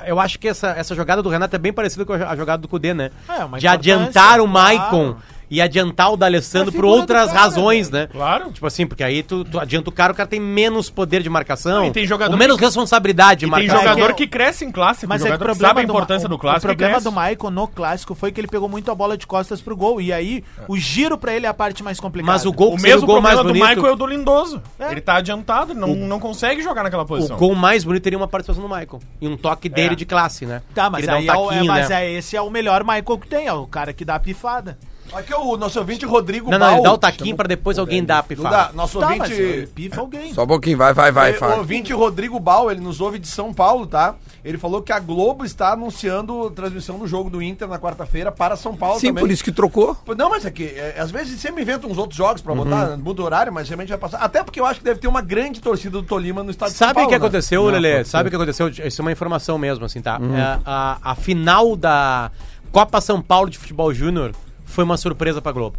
Eu acho que essa, essa jogada do Renato é bem parecida com a a jogada do Cudê, né? É, uma de importância, adiantar o Maicon claro. É e adiantar o D'Alessandro por outras razões, né? Claro. Tipo assim, porque aí tu, tu adianta o cara, o cara tem menos poder de marcação, Não, e tem jogador ou menos que- responsabilidade de E tem marcação. jogador É que- que cresce em clássico, Mas é que o jogador que problema sabe a do importância Ma- do clássico. é e O problema cresce. do Maicon no clássico foi que ele pegou muito a bola de costas pro gol. E aí o giro pra ele é a parte mais complicada. Mas o gol O que seria mesmo problema do bonito- Michael é o do Lindoso. Ele tá adiantado, ele não, não consegue jogar naquela O posição. gol mais bonito teria uma participação do Michael. E um toque dele de classe, né? Tá, mas, Ele dá aí é o- é, taquinho, mas né? é, esse é o melhor Michael que tem, é o cara que dá a pifada. Aqui é o nosso ouvinte Rodrigo Não, não, ele Bal. dá o taquinho pra depois alguém dar a Não dá, pifada. nosso Tá, mas ele ouvinte. pifa alguém. Só um pouquinho, vai, vai, vai, Eh, Fábio. O ouvinte Rodrigo Bal, ele nos ouve de São Paulo, tá? Ele falou que a Globo está anunciando a transmissão do jogo do Inter na quarta-feira para São Paulo Sim, também. por isso que trocou. Pô, Não, mas é que é, às vezes sempre inventam uns outros jogos pra Uhum. botar, muda o horário, mas realmente vai passar. Até porque eu acho que deve ter uma grande torcida do Tolima no estado de São Sabe o Paulo. que né? aconteceu, Lelê? Sabe o que aconteceu? Isso é uma informação mesmo, assim, tá? É, a, a final da Copa São Paulo de Futebol Júnior foi uma surpresa pra Globo.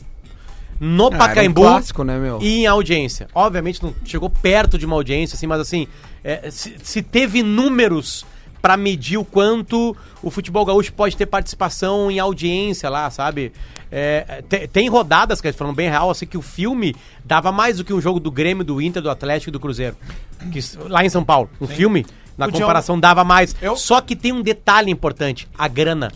No era um Pacaembu clássico, né, meu? e em audiência. Obviamente não chegou perto de uma audiência, assim, mas assim, é, se, se teve números pra medir o quanto o futebol gaúcho pode ter participação em audiência lá, sabe? É, te- tem rodadas, cara, falando bem real, assim, que o filme dava mais do que um jogo do Grêmio, do Inter, do Atlético e do Cruzeiro. Que s- lá em São Paulo. O filme, na O Diogo- comparação, dava mais. um- Eu- Só que tem um detalhe importante: a grana.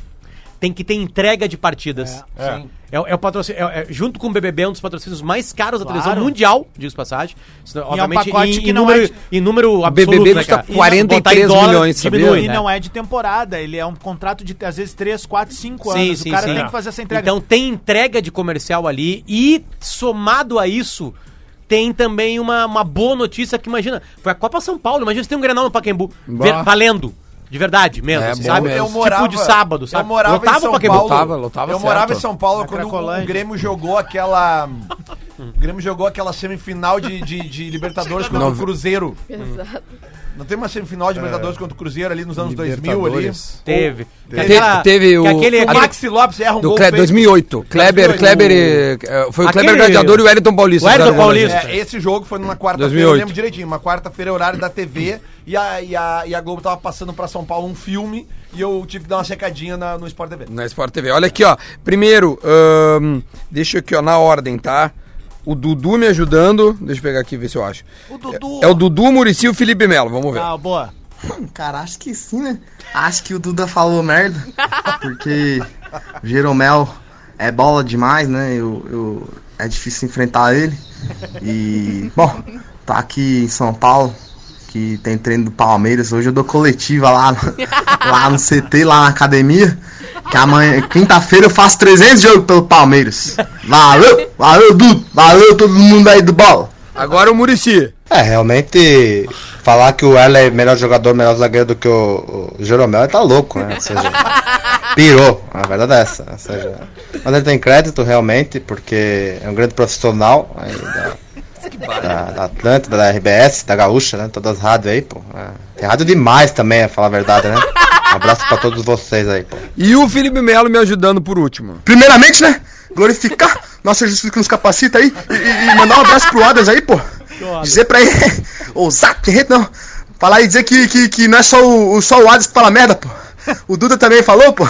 Tem que ter entrega de partidas. É, sim. É, o- é o patrocínio, é- é- junto com o BBB, é um dos patrocínios mais caros Claro. é da um televisão mundial, digo de passagem. Isso, obviamente, pacote em, que em não número, é de- em número BBB absoluto, né, custa cara? E 43 botar em milhões, sabia? diminui, E né? não é de temporada, ele é um contrato de às vezes 3, 4, 5 anos. o cara tem que fazer essa entrega. Então tem entrega de comercial ali e somado a isso tem também uma, uma boa notícia que imagina, foi a Copa São Paulo, imagina se tem um Grenal no Pacaembu, Bah. ver- valendo. De verdade, mesmo, É, assim, bom sabe? mesmo. tipo de sábado, sabe? Eu morava em São Pacaembu. Paulo. Lotava, lotava eu certo. morava em São Paulo Na quando o Cracolândia. Grêmio jogou aquela... O Grêmio jogou aquela semifinal de, de, de Libertadores contra Não, o Cruzeiro. Exato. Não tem uma semifinal de Libertadores contra o Cruzeiro ali nos anos 2000 ali. É. Libertadores. Teve. Teve. Que aquela- Teve o- que aquele, a O aquele- Maxi Lopes erra um Do gol Cle... feito. 2008. Kleber, 2008. Kleber. eh, Foi o Aquele- Kleber Gladiador e o Wellington Paulista. O Wellington Gladiador. Paulista. É, esse jogo foi numa quarta-feira, 2008. eu lembro direitinho, uma quarta-feira, horário da TV, e a, e, a, e a Globo tava passando pra São Paulo um filme, e eu tive que dar uma secadinha na- no Sport TV. Na Sport TV. Olha aqui, ó. Primeiro, ahn, deixa aqui, ó, na ordem, tá? O Dudu me ajudando. Deixa eu pegar aqui e ver se eu acho. o Dudu. É o Dudu, Murici e o Felipe Melo. Vamos ver. Ah, boa. Cara, acho que sim, né? Acho que o Duda falou merda, porque o Jeromel é bola demais, né? Eu, eu- é difícil enfrentar ele. E, bom, tá aqui em São Paulo, que tem treino do Palmeiras. Hoje eu dou coletiva lá, no- lá no CT, lá na academia. Que amanhã, quinta-feira, eu faço 300 jogos pelo Palmeiras. Valeu, valeu, Duda. Valeu todo mundo aí do bola. Agora o Murici. É, realmente, falar que o Ela é melhor jogador, melhor zagueiro do que o, o Jeromel, tá louco, né? Ou seja, pirou, a verdade é essa. Ou seja, mas ele tem crédito, realmente, porque é um grande profissional aí da, da, da Atlântida, da RBS, da Gaúcha, né? Todas as rádios aí, pô. É, tem rádio demais também, a falar a verdade, né? Um abraço pra todos vocês aí, pô. E o Felipe Melo me ajudando por último. Primeiramente, né? Glorificar nossa Jesus que nos capacita aí e, e- e mandar um abraço pro Adas aí, pô. Dizer pra ele, ousar, que jeito não. Falar e dizer que, que, que não é só o, o- só o Adas que fala merda, pô. O Duda também falou, pô.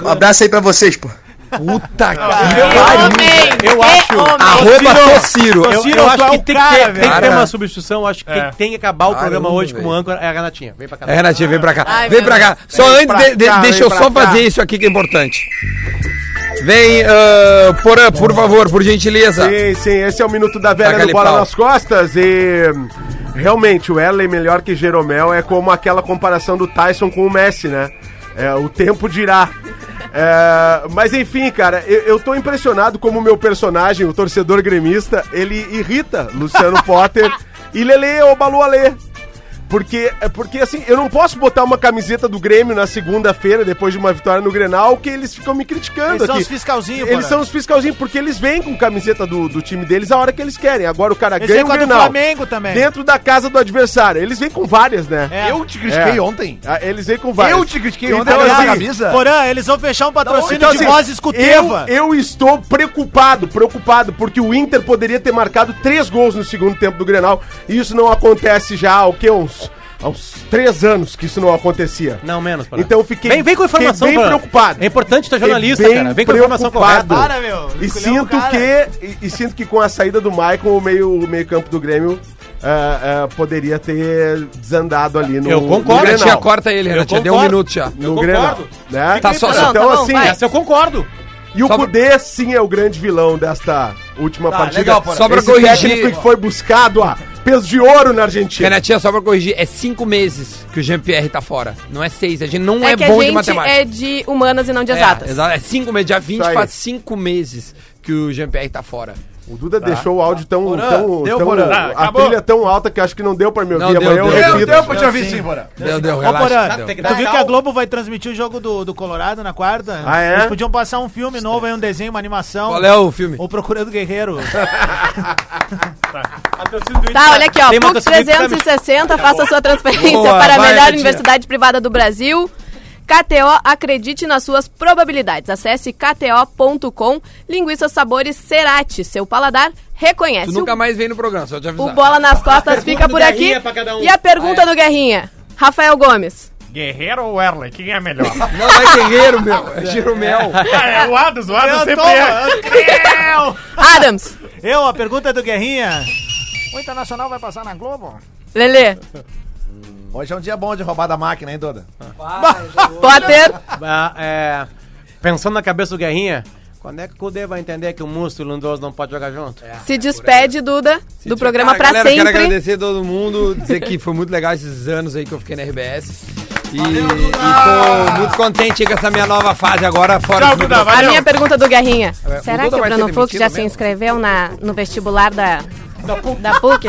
Um abraço aí pra vocês, pô. Puta que Eu amei! eu acho- Arroba Tociro. Eu, Ciro, eu tu acho é que o tem, que, cara, ter, tem que velho. ter uma Cara. substituição. Acho que É. quem tem que acabar o programa Caramba, hoje como velho. âncora é a Renatinha. Vem pra cá. É, Renatinha, vem pra cá. Ai, vem meu pra cá. Só antes, de- de- deixa eu só fazer isso aqui que é importante. Vem, ah, Porã, por favor, por gentileza. Sim, sim, esse é o Minuto da Velha Taca-lhe do Bola pau. nas Costas e hum, realmente o Ellen é melhor que Jeromel é como aquela comparação do Tyson com o Messi, né? É, o tempo dirá. É, mas enfim, cara, eu, eu tô impressionado como o meu personagem, o torcedor gremista, ele irrita Luciano Potter e Lele Obalualê. Porque, é porque assim, eu não posso botar uma camiseta do Grêmio na segunda-feira, depois de uma vitória no Grenal, que eles ficam me criticando Eles aqui. são os fiscalzinhos, Eles Porã. são os fiscalzinhos, porque eles vêm com camiseta do, do time deles a hora que eles querem. Agora o cara Eles ganha vêm o é com a do Grenal. Flamengo também. Dentro da casa do adversário. Eles vêm com várias, né? É. Eu te critiquei ontem. Eles vêm com várias. Então, assim, Eu te critiquei ontem por causa da camisa. Porã, eles vão fechar um patrocínio de voz escuteva. Eu, eu estou preocupado, preocupado, porque o Inter poderia ter marcado três gols no segundo tempo do Grenal. E isso não acontece já há o quê? Uns, há uns três anos que isso não acontecia. Não, menos, Porã. Então eu fiquei Vem, vem com a informação, fiquei bem Porã. preocupado. É importante tu é jornalista, Fiquei cara. Vem com a informação preocupado. correta. Para, meu. E Escolheu o sinto cara. que e, e sinto que com a saída do Maicon o meio o meio campo do Grêmio ah, ah, poderia ter desandado ali no Eu concordo. no Renatinha, Grenal. corta ele, Renatinha. Deu um minuto já. No Grenal, né? Tá só- então Não, tá bom, assim, vai. Essa eu concordo. e o Cudê sim é o grande vilão desta última Tá, partida. legal, Porã. Só pra Esse corrigir- técnico que foi buscado a peso de ouro na Argentina. Renatinha, só pra corrigir, é cinco meses que o Jean-Pierre tá fora. Não é seis, a gente não é, É que a bom de gente matemática. é de humanas e não de exatas. É, exato, é cinco meses, dia 20 Isso aí. faz cinco meses que o Jean-Pierre tá fora. O Duda deixou o áudio tão. Porã, tão, deu, tão- Porã. a Acabou. trilha tão alta que acho que não deu pra me ouvir. Não, deu, Amanhã eu deu. repito. Deu pra te ouvir sim, Porã. Deu, deu, Ô, Porã, relaxa. deu. tu viu um que a Globo vai transmitir o jogo do, do Colorado na quarta? Ah, é? Eles podiam passar um filme novo aí, um desenho, uma animação. Qual é o filme? O Procurando Guerreiro. A torcida do Tá, olha aqui, ó. Tem uma PUC torcida que tá me- 360, faça sua transferência Boa, para a vai, melhor Betinha. universidade privada do Brasil. KTO, acredite nas suas probabilidades. Acesse kto.com. Linguiças Sabores Cerati. Seu paladar reconhece. Tu nunca O, mais vem no programa, só te o avisar. bola nas costas fica do por aqui. Guerrinha pra cada um. E a pergunta do Guerrinha. Rafael Gomes. Guerreiro ou Erle? Quem é melhor? Não, é guerreiro, meu. É giromel. Ah, é o Ados, o Ados sempre é. eu, Adams. eu, a pergunta do Guerrinha. O Internacional vai passar na Globo? Lelê. Hoje é um dia bom de roubar da máquina, hein, Duda? Potter. Ah, é, pensando na cabeça do Guerrinha, quando é que o Cudê vai entender que o Musto e o Lindoso não podem jogar junto? Se despede, Duda, do programa Cara, pra Ah, galera, sempre. Quero agradecer a todo mundo, dizer que foi muito legal esses anos aí que eu fiquei na RBS. E, e tô muito contente aí com essa minha nova fase agora fora Tchau, dos Duda, microfones. A Valeu. minha pergunta do Guerrinha. É, o Será Duda que o vai ser Bruno Fux demitido já se mesmo? inscreveu na, no vestibular da, da PUC?